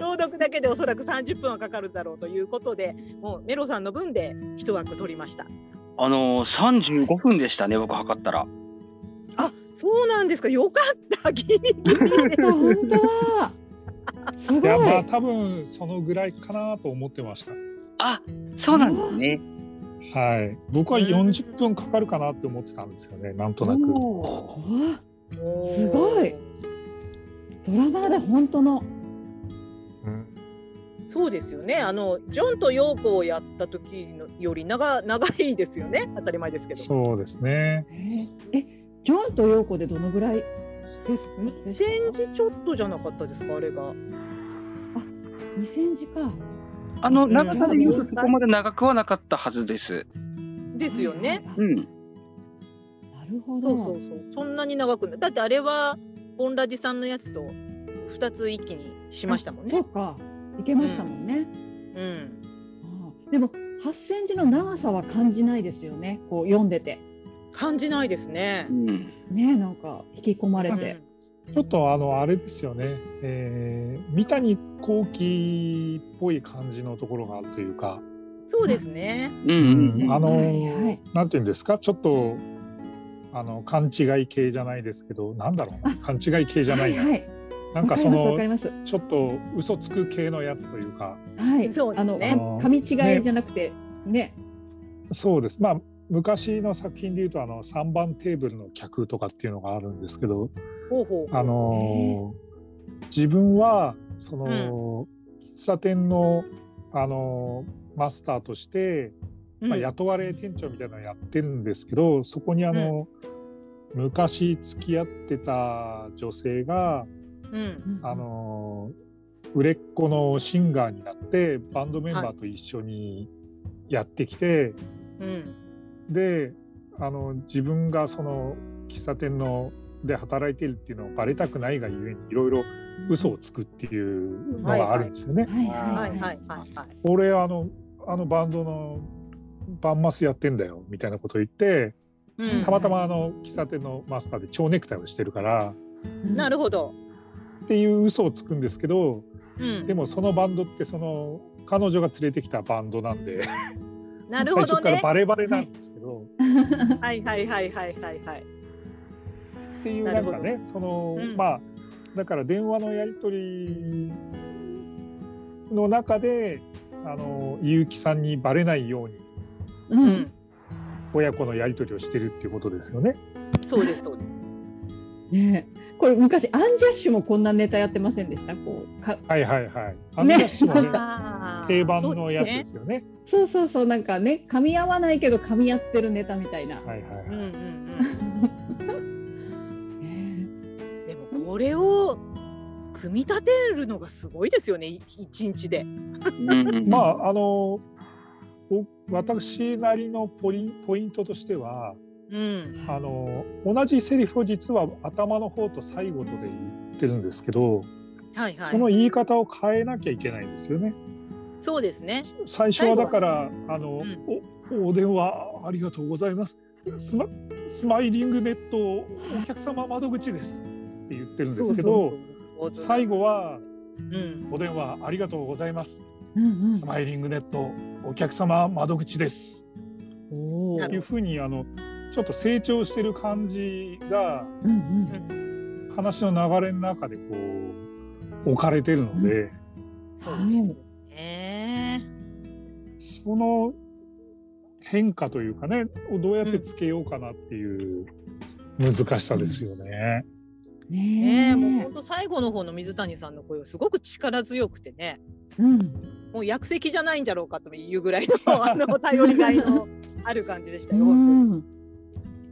A: 朗読だけでおそらく30分はかかるだろうということで、もうメロさんの分で一枠取りました。
B: あのー、35分でしたね僕測ったら
A: あ、そうなんですか。よかった。ギリギリ
D: え。本当だ。す
E: い
D: ごい
E: や。まあ多分そのぐらいかなと思ってました。
B: あそうなんですね
E: はい。僕は40分かかるかなって思ってたんですよね。なんとなく。
D: おー
A: おー
D: すごい。ドラマで本当の。
E: うん
A: そうですよね。あのジョンとヨーコをやった時のより長長いですよね。当たり前ですけど。
E: そうですね。
D: ええ、ジョンとヨーコでどのぐらいですか？
A: 2000字ちょっとじゃなかったですかあれが。
D: 二千字か。
B: あの長さで言うとそこまで長くはなかったはずです
A: ですよね。。
B: うん
D: なるほど。
A: そうそうそう。そんなに長くない。だってあれはボンラジさんのやつと2つ一気にしましたもん
D: そ
A: ね
D: う。か。いけましたもんね。
A: うん。
D: あーでも八千字の長さは感じないですよね。こう読んでて。
A: 感じないですね
B: う。ん
D: ねえ、なんか引き込まれて。
E: ちょっとあのあれですよね。えー、三谷幸喜っぽい感じのところがあるというか。
A: うんそうですね。
B: うんうんうん
E: あのー
D: はいはい
E: なんていうんですか。ちょっとあの勘違い系じゃないですけど、なんだろうな。勘違い系じゃないな。
D: はい。
E: なん
D: わか
E: か
D: り
E: そ
D: ます。
E: の
D: わかります。
E: ちょっと嘘つく系のやつというか。
D: はい。
A: そうです
D: あの、
A: ね
D: か噛み違いじゃなくて。ね。
E: そうです。まあ昔の作品でいうとあの三番テーブルの客とかっていうのがあるんですけど、
A: ほうほう。
E: あのー自分はその、喫茶店のあのーマスターとして、
A: うん
E: まあ、雇われ店長みたいなのやってるんですけど、そこにあの、昔付き合ってた女性が
A: うん
E: あのー売れっ子のシンガーになってバンドメンバーと一緒にやってきて。
A: うん
E: であの自分がその喫茶店ので働いてるっていうのをバレたくないがゆえにいろいろ嘘をつくっていうのがあるんですよね。
D: はい
A: は
D: はいい
A: は
D: はいい。
A: はいはい。
E: 俺あのあのバンドのバンマスやってんだよみたいなこと言って
A: うん
E: たまたまあの喫茶店のマスターで蝶ネクタイをしてるから
A: なるほど。
E: っていう嘘をつくんですけど
A: うん
E: でもそのバンドってその彼女が連れてきたバンドなんで、
A: なる
E: 最
A: ほ
E: 初
A: ど
E: から
A: ね。
E: バレバレなんですけど、
A: はいはいはいはいはいはい。
E: っていう
A: な
E: な
A: る
E: ん
A: ほ
E: か
A: ど
E: ねその、
A: うん
E: まあだから電話のやり取りの中であの結城さんにバレないように
D: う
A: うんん、
E: 親子のやり取りをしてるっていうことですよね。
A: そうですそうです。
D: ねえこれ昔アンジャッシュもこんなネタやってませんでしたこうか
E: はいはいはい。あの雑誌のね
A: あー
E: 定番のやつで
A: そ
E: す よね。
D: そうそうそうなんかね噛み合わないけど噛み合ってるネタみたいな、
E: はいはいうは
A: で
E: い。
A: すね。うんうん
D: ね
A: うん。でもこれを組み立てるのがすごいですよね。い一日で。
E: ま
B: あ、
E: ああのお私なりのポリポイントとしては
A: うん。
E: あの同じセリフを実は頭の方と最後とで言ってるんですけど、
A: はいはい。
E: その言い方を変えなきゃいけないんですよね。
A: そうですね。
E: 最初はだからあの、
A: うん
E: おお電話ありがとうございます。スマスマイリングネットお客様窓口ですって言ってるんですけど。
A: そうそう
E: 最後は
A: うん。
E: お電話ありがとうございます。
D: うんうん
E: スマイリングネットお客様窓口です。
D: お
A: な
D: ー
E: いうふうにあのちょっと成長してる感じが
D: うんうん
E: 話の流れの中でこう置かれてるので、
A: そうですね。
E: その変化というかねをどうやってつけようかなっていう難しさですよね。
A: ね
D: ね
A: え、
D: え
A: もう本当最後の方の水谷さんの声はすごく力強くてね、
D: うん
A: もう薬石じゃないんじゃろうかというぐらいのあの頼りがいのある感じでしたよ。本
D: うん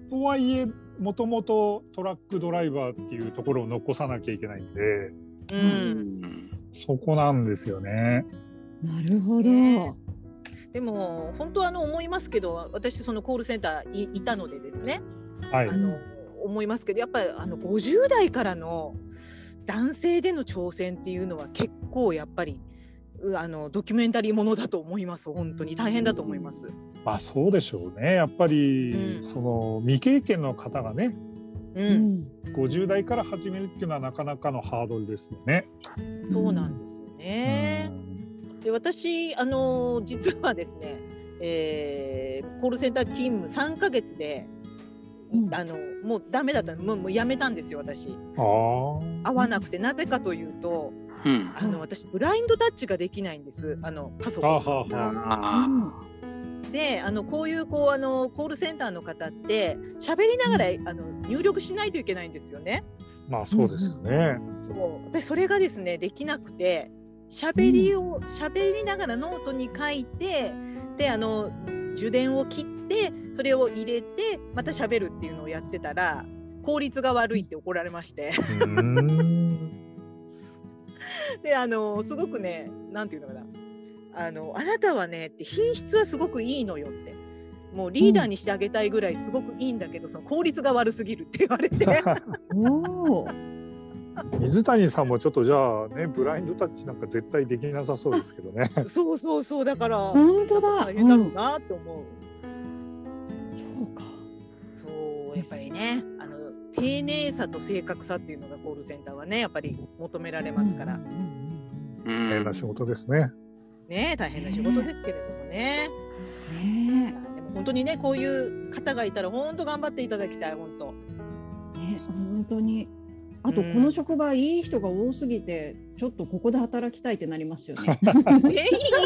E: とはいえもともとトラックドライバーっていうところを残さなきゃいけないんで
A: 当
B: う
A: にうん。
B: ん。
E: そこなんですよね。
D: なるほど、
A: ねでも本当あの思いますけど、私そのコールセンターいいたのでですね、
E: はい
A: あの思いますけど、やっぱりあの50代からの男性での挑戦っていうのは結構やっぱりうあのドキュメンタリーものだと思います。本当に大変だと思います。
E: まあそうでしょうねやっぱり、
A: うん
E: その未経験の方がね
A: う。
D: うんん
E: 50代から始めるっていうのはなかなかのハードルですよね。
A: そうなんですよね。で私あの 実はですね、えーコールセンター勤務3ヶ月で、い
D: うん
A: あのもうダメだったもうもうやめたんですよ私
E: うんあ
A: 合わなくてなぜかというと
B: うん。
A: あの私ブラインドタッチができないんですあのパソ
E: ああ
A: コ
E: はあはあ
B: あ
A: ンであのこういうこうあのコールセンターの方って喋りながらあの入力しないといけないんですよね。
E: まあそうですよね。
A: そう私それがですねできなくて喋りを喋りながらノートに書いてであの受電を切ってそれを入れてまた喋るっていうのをやってたら効率が悪いって怒られまして
E: うーん
A: であのすごくねなんていうのかなあのあなたはねって品質はすごくいいのよってもうリーダーにしてあげたいぐらいすごくいいんだけどその効率が悪すぎるって言わ れて
D: おー
E: 水谷さんもちょっとじゃあねブラインドタッチなんか絶対できなさそうですけどね。
A: そうそうそうだから
D: 本当だ
A: 大変だろうなって思う。
D: そうか
A: そうやっぱりねあの丁寧さと正確さっていうのがコールセンターはねやっぱり求められますから、
D: うんうんうん
B: う。
E: 大変なん仕事ですね。
A: ね大変な仕事ですけれどもね、
D: うんねえ
A: でも本当にねこういう方がいたら本当頑張っていただきたい本当
D: ね、本当に。あと、
A: うん
D: この職場、いい人が多すぎて、ちょっとここで働きたいってなりますよね。
A: 全員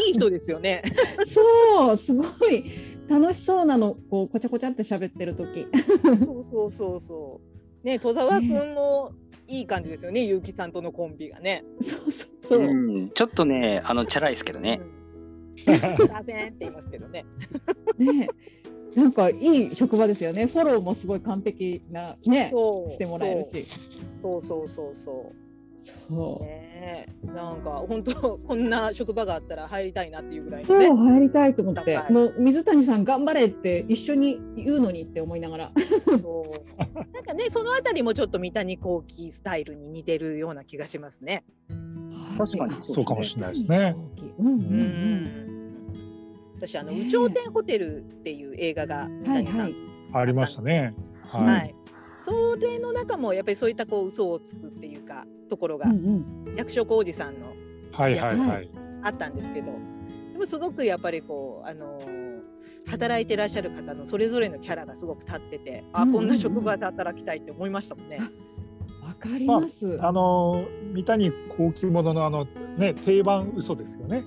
A: いい人ですよね
D: そう、すごい楽しそうなの、こう、こちゃこちゃって喋ってる時。
A: そうそうそうそうね戸沢くんもいい感じですよね結城さんとのコンビがね
D: そうそうそう。
B: うんちょっとね、あの、チャラいですけどね。
A: うん「させん」って言いますけどね
D: ね。なんかいい職場ですよね。フォローもすごい完璧な、ね、
A: そう
D: してもらえるし。
A: そうそうそうそう
D: そう。
A: ねえなんか本当こんな職場があったら入りたいなっていうぐらい
D: そ
A: の
D: う、
A: ね。
D: 入りたいと思って
A: は、い
D: もう水谷さん頑張れって、一緒に言うのにって思いながら。
A: そうなんかねそのあたりもちょっと三谷幸喜スタイルに似てるような気がしますね。
B: 確かに
D: はい
E: そうかもしれないですね。
D: うんうん
A: う
D: うん。
A: ん私あの「
D: ねえ
A: 有頂天ホテル」っていう映画が三
D: はい
A: 谷さ
D: は
A: ん
D: い。
E: ありましたね。
A: はい、
E: はい。
A: それの中もやっぱりそういったこう嘘をつくっていうかところが、
D: うんうん。
A: 役所広司さんの
E: はいはいはい。
A: あったんですけどでもすごくやっぱりこうあの働いてらっしゃる方のそれぞれのキャラがすごく立っててあこんな職場で働きたいって思いましたもんね。
D: わかります。
E: あの三谷高級もののあのね定番嘘ですよね。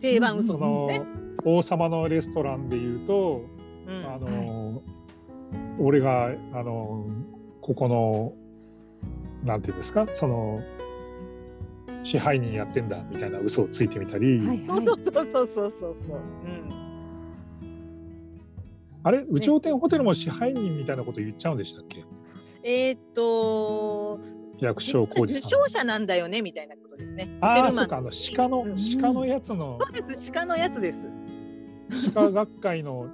A: 定番嘘
E: その
A: ね。
E: 王様のレストランで言うと、
A: うん
E: あの俺があのここのなんていうんですかその支配人やってんだみたいな嘘をついてみたり、
D: はい
A: そうそうそうそうそうそうそう。うん。
E: あれ宇宙天ホテルも支配人みたいなこと言っちゃうんでしたっけ
A: えーっと
E: 役所広司
A: 実
E: さ
A: は受賞者なんだよねみたいなことですね。
E: ん。あ
A: ホ
E: あ
A: テルマ
E: そう
A: ン
E: かあの鹿の
A: うん
E: 鹿のやつの
A: そうです鹿のやつです。
E: 鹿学会の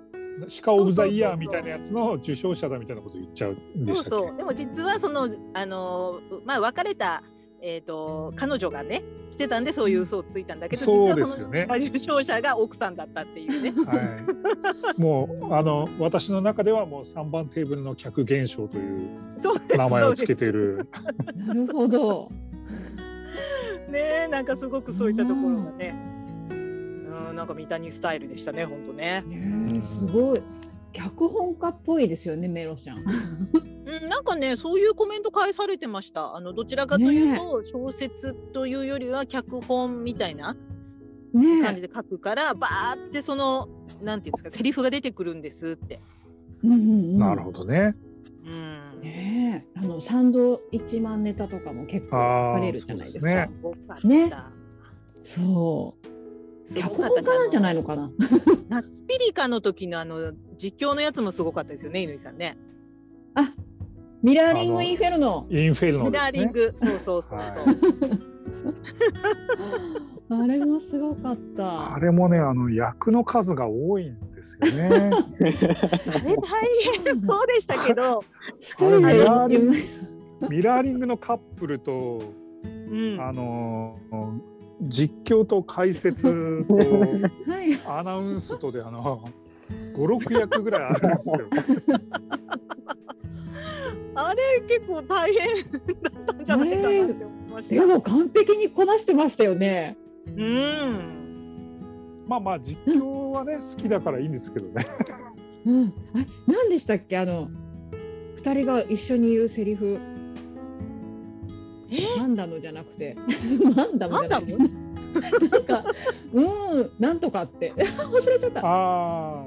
E: 鹿オブザイヤーみたいなやつの受賞者だみたいなこと言っちゃうんで
A: そ
E: し
A: う
E: たっけ
A: そう。でも実はそのあのまあ別れたえーっと彼女がね来てたんでそういう嘘をついたんだけど、
E: そう
A: 実
E: で
A: は
E: す
A: そ
E: よ
A: の
E: ね
A: 受賞者が奥さんだったっていう ね。
E: はい、もうあの私の中ではもう3番テーブルの客現象という
A: そうです
E: 名前
A: そ
E: を
A: うです
E: つけている
D: なるほど。
A: ねえなんかすごくそういったところがね。うん、なんか三谷スタイルでしたね、本当ね。
E: ん
F: ねえすごい。脚本家っぽいですよね、メロちゃん。
A: うん、なんかね、そういうコメント返されてました。あのどちらかというと、小説というよりは脚本みたいな感
D: ね
A: じ
D: え。
A: で書くから、バーってその。なんていうんですか、セリフが出てくるんですって。
D: うんうんうん。
E: なるほどね
A: うん。
D: ねえ、あのサンドイッチマンネタとかも結構書かれるじゃないですか。
E: あーそう
A: す
E: です
A: ごかった。
D: ねそう。
A: す
D: 脚
A: ごか
D: 本
A: った
D: 家なんじゃない
A: い
D: のかな。
A: 夏ピリカの時のあの実況のやつもすごかったですよね、乾さんね。
D: あ、ミラーリングインフェルノ。
E: インフェルノ
A: ミ
E: で
A: ラー
E: す
A: リン
E: ね
A: グ、そうそうそうそう。
E: は
D: あれもすごかった
E: あ。れもねあの役の数が多いんですよ ね
A: あれ大変そうでしたけ ど、
D: 一人
E: あれ
D: で
E: ミラーリ
D: 読
E: ング
D: め
E: ミラーリングのカップルと
A: うん、
E: あの実況と解説 と
D: はい。
E: アナウンスとであの56役ぐらいあるんで すよ。
A: あれ結構大変だったんじゃないかなって思いまし
D: い
A: た
D: や。もう完璧にこなしてましたよね。
A: うん。
E: まあまあ実況はね好きだからいいんですけど ね。
D: うん。あ、何でしたっけあの二人が一緒に言うセリフ。
A: え
D: マンダムじゃなくて、 マンダムじゃないよ。なんか、うん、なんとかって、 忘れちゃった。
E: ああ。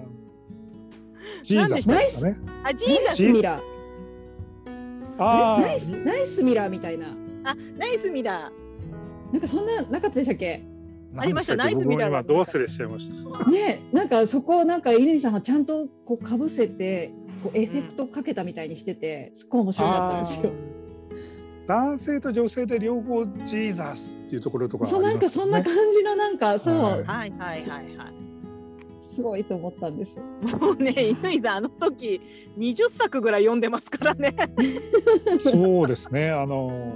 E: ジーザスですかね。
A: あ、ジー
D: ナ
A: ザス。
D: イスミラー。
E: あ
D: ナイス、ナイスミラーみたいな。
A: あ、ナイスミラー。
D: なんかそんななかったでしたっけ。
E: あ
A: ありましたナイスミラーがあり
E: 今ど
A: ました
E: 忘れしちゃいました。
D: ねえ、なんかそこをなんか乾さんがちゃんとこうかぶせて、こうエフェクトかけたみたいにしてて、すっごい面白かったんですよ。
E: 男性と女性で両方ジーザスっていうところとかあ
D: そう、な
E: り
D: ん
E: ま
D: か
E: す
D: そ
E: よ
D: んな
E: ね。
D: 感じのなんか、そう、
E: は
A: は
E: い
A: いはいはいはい。
D: すごいと思ったんです。
A: もう ね、乾さんあの時20作ぐらい読んでますからね。
E: そうですね。あの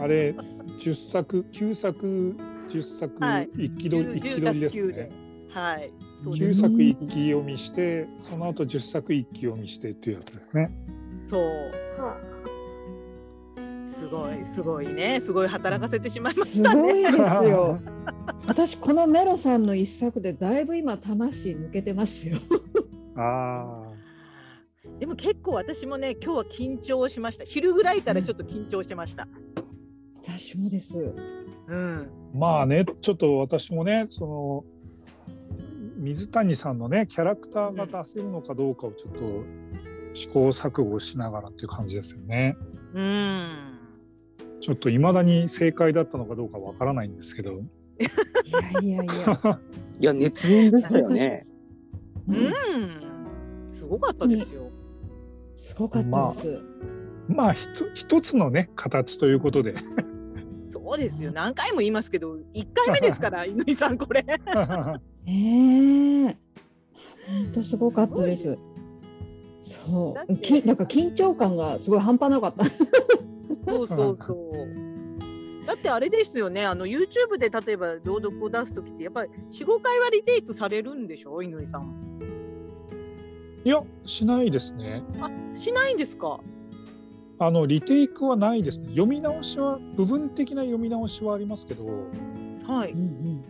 E: あれ10作9作10作
A: はい
E: 一気取り一気取りですね。。
A: はい。そうで
E: 9
A: す。
E: 作一気読みしてその後10作一気読みしてっていうやつですね。
A: そう。すごいすごいね、すごい働かせてしまいまし
D: す
A: た
D: ごい
A: ね。
D: で すよ。私このメロさんの一作でだいぶ今魂抜けてますよ。
E: ああ。
A: でも結構私もね、今日は緊張しました。昼ぐらいからちょっと緊張してました。
D: 私もです。
A: うん。
E: まあねちょっと私もねその水谷さんのねキャラクターが出せるのかどうかをちょっと試行錯誤しながらっていう感じですよね。
A: うん。
E: ちょっといまだに正解だったのかどうかわからないんですけど。
D: いやいやいや。
B: いや、熱演でしたよね。
D: うん、
A: うん、すごかったですよ。
D: すごかったです。
E: まあひと一つのね形というこ とで
A: そうですよ。何回も言いますけど、一回目です から、犬井さんこれ。
D: ええ本当すごかったです。そ
A: だっ
D: う、
A: て
D: き、なんか緊張感がすごい半端なかった。
A: そうそうそう。 だってあれですよね。あの YouTube で例えば朗読を出す時ってやっぱり四五回はリテイクされるんでしょ、犬井さん。
E: いやしないですね。
A: しないんですか。
E: あのリテイクはないですね。読み直しは部分的な読み直しはありますけど
A: は
F: う
A: い
F: ん。うん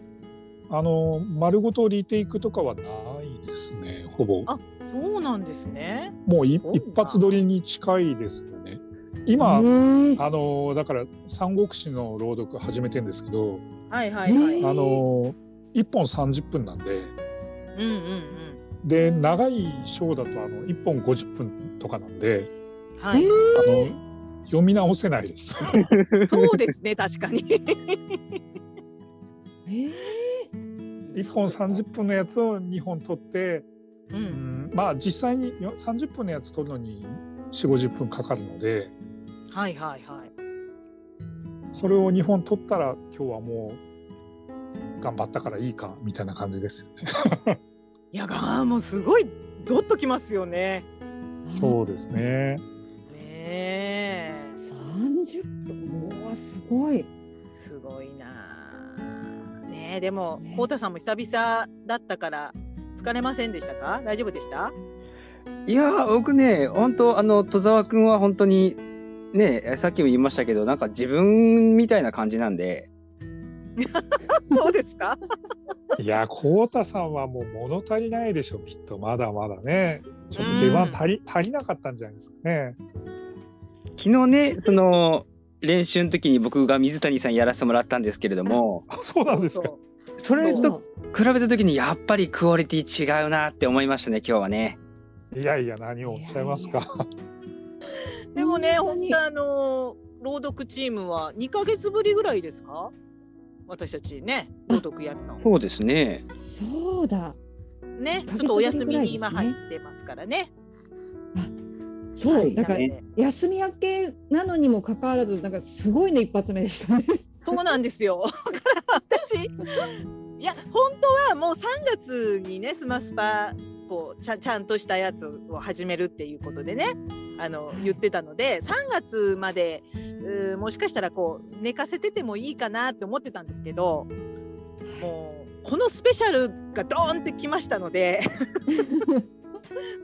E: あの丸ごとリテイクとかはないですねほぼ
A: あそうなんですね。
E: もうい
A: そうなんだ
E: 一発撮りに近いですね今、あのだから「三国志」の朗読始めてんですけど、
A: はいはいはい。
F: へ
A: う
F: え
A: ん
F: ー
E: あの1本30分なんで
A: うんうん。
E: で長い章だとあの1本50分とかなんで
A: はい。
E: あの読み直せない です。
A: そうですね、確 かに。
F: えー
E: 1本30分のやつを2本取って、
A: う。
E: うんん、まあ実際によ30分のやつ取るのに4 5 0分かかるので
A: はいはいはい。
E: それを2本取ったら今日はもう頑張ったからいいかみたいな感じですよね。
A: いやがもうすごいドッときますよね。
E: そうですね
A: ねえ。
F: 30分うわすごい
A: すごいなあ。ねえでも
F: ね
A: こうたさんも久々だったから疲れませんでしたか？大丈夫でした？
B: いやー僕ね本当あの戸沢君は本当にねさっきも言いましたけどなんか自分みたいな感じなんで
A: そうですか？
E: いや浩太さんはもう物足りないでしょきっとまだまだねちょっと出番足り,、足りなかったんじゃないですかね。
B: 昨日ねその練習の時に僕が水谷さんやらせてもらったんですけれども
E: あそうなんですか
A: そう
B: それと比べた時にやっぱりクオリティ違うなって思いましたね今日はね。
E: いやいや何をおっしゃいますか。
A: そうでもね
F: 本当
A: 本
F: に
A: 当あの朗読チームは2ヶ月ぶりぐらいですか？私たちね朗読やるの
B: そうですね
F: そうだ
A: ね
F: 一
A: ち
F: ヶ月
A: ょっとお休みに今
F: ぶりぐらい
A: 入
F: で
A: ってますからね。
F: そう、
A: はい
F: だから
A: なので
F: 休み明けなのにもかかわらずなんかすごいね一発目でしたね。
A: そうなんですよ。だから私いや本当はもう3月にねスマスパこうちゃちゃんとしたやつを始めるっていうことでねあの言ってたので3月までうーもしかしたらこう寝かせててもいいかなって思ってたんですけどもうこのスペシャルがドーンってきましたので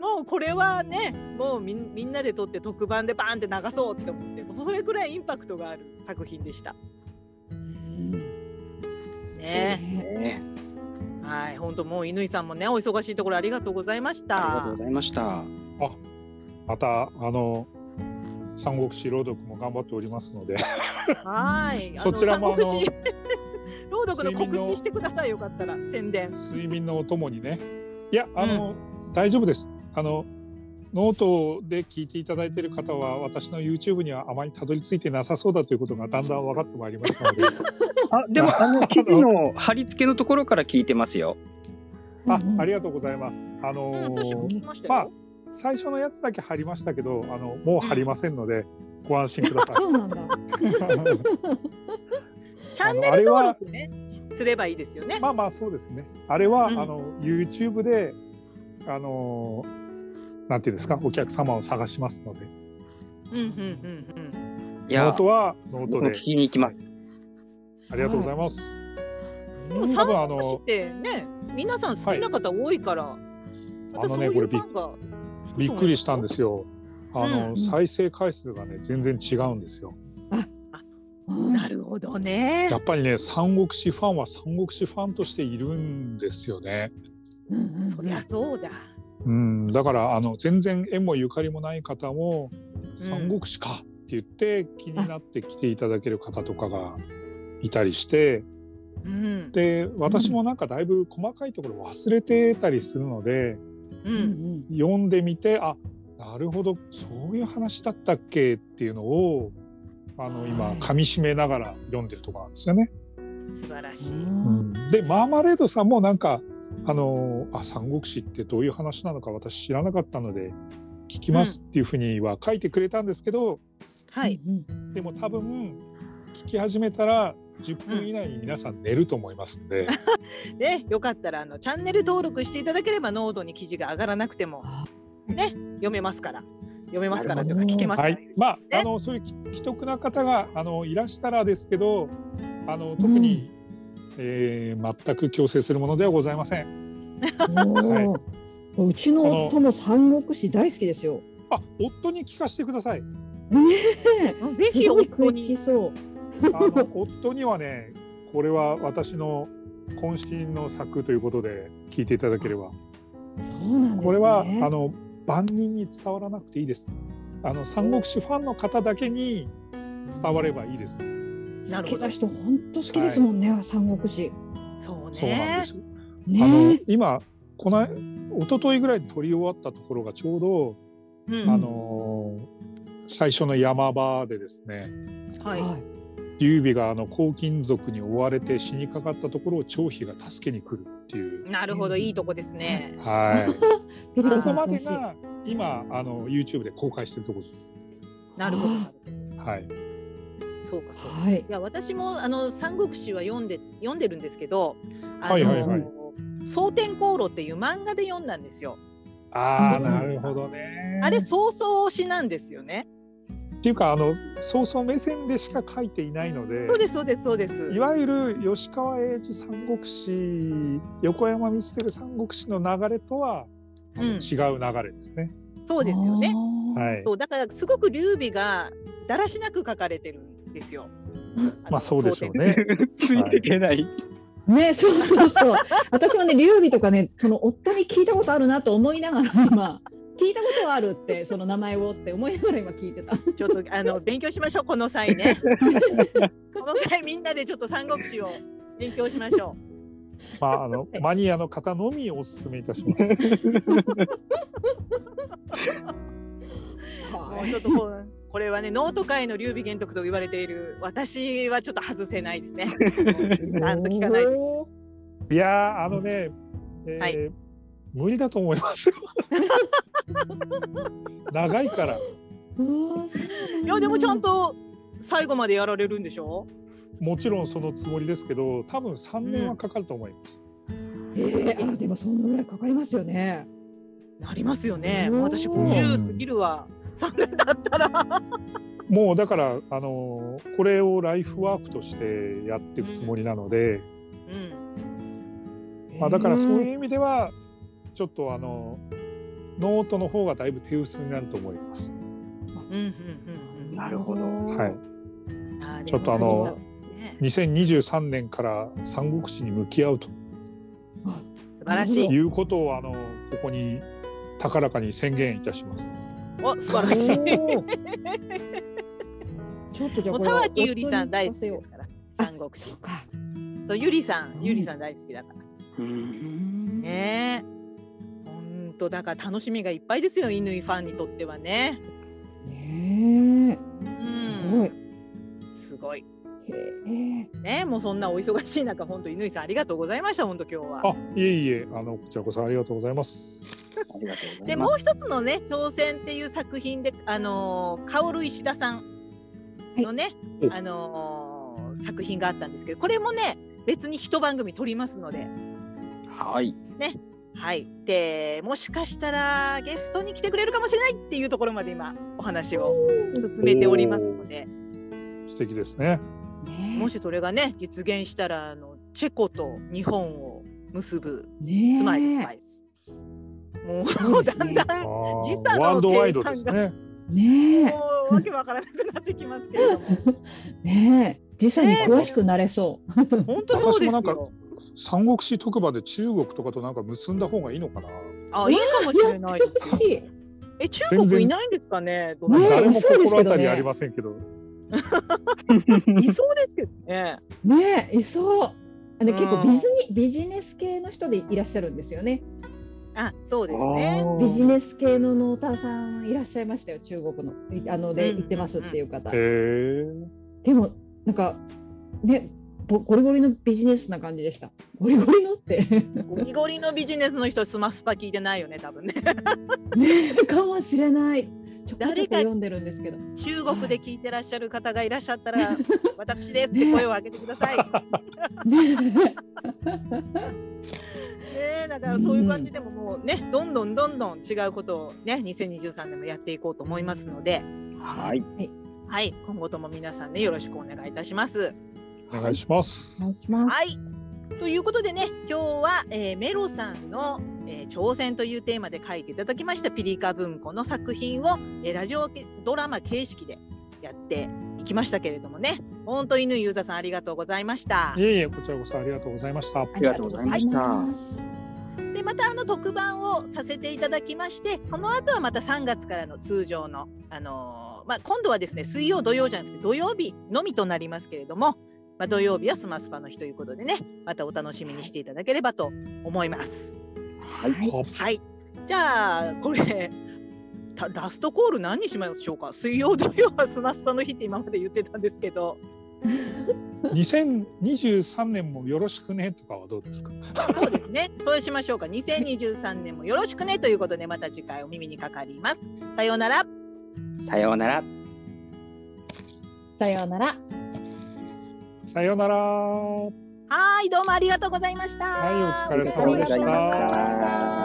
A: もうこれはねもうみんみんなで撮って特番でバーンって流そうって思ってもうそれくらいインパクトがある作品でした。ね
B: ね
A: はい、本当もう乾さんもね、お忙しいところありがとうございまし
B: ありがとう
A: た
B: ご。ざいました。
E: またあの三国志朗読も頑張っておりますので
A: はい、あの
E: そちらもあの
A: 三国志 朗読の告知してくださいよかったら宣伝。
E: 睡眠のお供にねいやあの、大丈夫ですあのノートで聞いていただいている方は私の YouTube にはあまりたどり着いてなさそうだということがだんだん分かってまいりましたので
B: あでもあの記事の貼り付けのところから聞いてますよ。
E: ああり
F: が
E: がとうございますあ
A: うん、
E: の
A: 私も聞きました
E: まあ
A: よ。
E: 最初のやつだけ貼りましたけどあのもう貼りませんのでご安心くだ さ
F: そうなんだ。
E: い
A: チャンネル登録ね、すればいいですよね。
E: まあまあそうですね。あれは、
A: うん
E: あの YouTube であのーなんていうんですかお客様を探しますので、
A: うんうんうん
B: い
E: ノ
B: や
E: ートはノー
B: 僕
E: ト
B: も
E: で
B: 聞きに行きます。
E: ありがとうございます。
A: うん。でも
E: 多
A: 三
E: 分あ
A: 国志
E: の
A: ってね、皆さん好きな方多いから。。
E: あのねこれびっびっくりしたんですすよ。あの、
A: うん
E: 再生回数がね全然違うんですよ。
A: なるほどね
E: や。っぱりね三国志ファンは三国志ファンとしているんですよね。
F: うんうん
A: そりゃそうだ。
E: うんだからあの全然縁もゆかりもない方も三国志かって言って気になって来ていただける方とかがいたりして。
A: うん
E: で私もなんかだいぶ細かいところ忘れてたりするので、
A: う
F: うん
A: ん
F: うん
E: 読んでみてあなるほどそういう話だったっけっていうのをあの今かみしめながら読んでるところなんですよね。
A: 素晴らしい。
E: でマーマレードさんもなんかあのあ三国志ってどういう話なのか私知らなかったので聞きますっていうふうには書いてくれたんですけど、
A: はい。
F: うん
E: でも多分聞き始めたら10分以内に皆さん寝ると思いますんで、
A: ね、よかったらあのチャンネル登録していただければノードに記事が上がらなくても
F: あ、
A: ね、読めますから読めますからというか聞 けますか
E: は
A: ら、
E: い、まあ、
A: ね
E: あの、そういうき既得な方が、あの、いらしたらですけど。あの、特に、えー全く強制するものではございません。
F: おーうちの夫も三国志大好きですよ。
E: あ、夫に聞かせてください。
F: ねえ
A: ぜひ
F: すごい
A: 夫
F: 食いつき
A: に
F: そう。
E: あの、夫にはね、これは私の渾身の作ということで聞いていただければ
D: そうなんですね。
E: これはあの万人に伝わらなくていいです。あの三国志ファンの方だけに伝わればいいです。
A: なる
D: 好
A: ほど
D: きな人本当好きですもんね、三国志。
A: そう
E: そうなん
A: ね
E: です。あの
D: ね
E: 今この一昨日ぐらいに撮り終わったところがちょうど、
A: うん
E: あのー最初の山場でですね
A: はい
D: は
E: 劉備があの黄金族に追われて死にかかったところを張飛が助けに来るっていう。
A: なるほどいいとこですね。
E: はい。
D: ピリ
A: あ
D: カ
E: そ
D: さん
E: こまで
D: 詳しい。
E: が今あの YouTube で公開してるところです。
A: なるほど。
E: はい。
A: そうかそうか。
D: はい
A: い。や私もあの三国志は読んで読んでるんですけど、あの
E: はいはいはい
A: 蒼天航路っていう漫画で読んだんですよ。
E: ああなるほどね。
A: あれ早々推しなんですよね。
E: っていうかあの曹操目線でしか書いていないので
A: そうですそうですそうです。
E: いわゆる吉川英治三国志横山光輝三国志の流れとは、あ
A: う
E: の
A: ん
E: 違う流れですね。
A: そうですよね。
D: あー。
E: はい、
A: そうだからすごく劉備がだらしなく書かれてるんですよ。の
E: まあそうでしょう。ね。
B: ついていけない。
D: ね、そうそうそう。私もね、劉備とかね、その夫に聞いたことあるなと思いながら今、聞いたことはあるって、その名前をって思いながら今聞いてた。
A: ちょっとあ の勉強しましょうこの際ね。この際みんなでちょっと三国志を勉強しましょ
E: まああのマニアの方のみお勧めいたします。
A: う。もうちょっとこうこれはねノート界の劉備玄徳と言われている私はちょっと外せない ですね。ちゃんと聞かないと。
D: お
E: いやーあのね、えー
A: はい
E: 無理だと思います よ。長いから
D: ーうわーそうなんだ
A: いやでもちゃんと最後までやられるんでしょ
E: もちろんそのつもりですけど多分3年はかかると思います。
D: えーあでもそのぐらいかかりますよね。
A: なりますよね。
D: うん
A: もう私50過ぎるわ。それだったら。
E: もうだからあのーこれをライフワークとしてやっていくつもりなので。
A: うん。
E: まあ、だからそう
D: う。
E: いう意味ではちょっとあのノートの方がだいぶ手薄になると思います。
A: うんうんうん
B: なるほど。
E: はい、
A: うんあー。
E: ちょっとあの2023年から三国志に向き合うと
A: でもね素晴らしい。
E: いうことをあのここに高らかに宣言いたします。
A: お素晴らしい。
D: おーちょっとじゃあ
A: もう
D: これ
A: 田
D: は
A: 脇ゆりさん大好き
D: 夫
A: で
D: に聞か
A: すから。三国
D: せ
A: 志
D: よそう。か。
A: そうゆりさん、ゆりさん大好きだから。
B: うん
A: ねえ。本当だから楽しみがいっぱいですよ。乾ファンにとってはね。う
D: ねえ、
A: ん
D: すごい。。
A: すごい。
D: へ
A: ね、もうそんなお忙しい中、本当乾さんありがとうございました。本当今日は。
E: あいえいえあのこちらこそありがとうございます。
B: ありがとうございます。
A: でもう一つのね「挑戦」っていう作品で、あのー、薫石田さんのね、
E: はい
A: あのー作品があったんですけどこれもね別に一番組撮りますので、
B: はい。
A: はい、でもしかしたらゲストに来てくれるかもしれないっていうところまで今お話を進めておりますので
E: 素敵ですね。
D: え。ね
A: もしそれがね実現したらあのチェコと日本を結ぶ
D: え。ねえ。
A: スマイルスパイス。
D: す
A: もう
D: ごいで
A: だ
D: すね
A: んだん
E: あー
A: 時差の計算が
E: ワールドワイドですね。
D: ね
A: もうわけわからなくなってきますけれども。
D: え。ねえ。実際に詳しくなれそう。
A: 本当そうで
E: 私もなん
A: す
E: か
A: よ。
E: 三国志特番で中国とかとなんか結んだ方がいいのかな。
A: あ、いいかもしれないですよ
D: 嬉。しい。
A: え、中
E: 全
A: 国
E: 然
A: いないんですかね。どうなん
D: ね
A: だろ
E: 誰
A: う
E: も
D: そうですけどね
E: 心当たりありませんけど。
A: いそうですけどね。
D: ねえ、いそう。あの
A: うん
D: 結構ビジネビジネス系の人でいらっしゃるんですよね。
A: あ、そうです
B: あ
A: ね。
B: ー
D: ビジネス系のノーターさんいらっしゃいましたよ、中国の。いあので
A: うん
D: 行ってますっていう方。
E: へえ。
D: でも、なんか、ね、ぼゴリゴリのビジネスな感じでした。ゴリゴリのって。
A: ゴリゴリのビジネスの人、スマスパ聞いてないよね、多分ね。
D: ねえ、かもしれない。ちょこちょこ
A: 誰か
D: 読んでるんですけど。
A: 中国で聞いてらっしゃる方がいらっしゃったら、私ですって声を上げてください。ね
D: ね
A: え、だからそういう感じでももうね、どんどんどんどん違うことをね、2023年もやっていこうと思いますので、
B: はい。
A: はい、今後とも皆さんね、よろしくお願いいたします。
E: お願いします。
D: お願いします。
A: はい。ということでね、今日は、えーメロさんの、えー挑戦というテーマで書いていただきましたピリカ文庫の作品を、えーラジオドラマ形式でやってい行きましたけれどもね本当犬ユーザさんありがとうございました
E: いえいえ、こちらこそありがとうございました。
F: ありがとうございました。
A: でまたあの特番をさせていただきましてその後はまた3月からの通常の、あのーまあ、今度はですね水曜土曜じゃなくて土曜日のみとなりますけれども、まあ、土曜日はスマスパの日ということでねまたお楽しみにしていただければと思います。
B: はい
F: はい
E: あ
A: はいじゃあこれたラストコール何にしましょうか水曜土曜はスマスパの日って今まで言ってたんですけど
E: 2023年もよろしくねとかはどうですか
A: そうですね。そうしましょうか。2023年もよろしくねということで、また次回お耳にかかります。さようなら。
B: さようなら。
F: さようなら。
E: さようなら。はい、
A: はーい、どうもありがとうございました。
E: お疲れ
F: あり
E: 様
F: が
E: で
F: とうございました。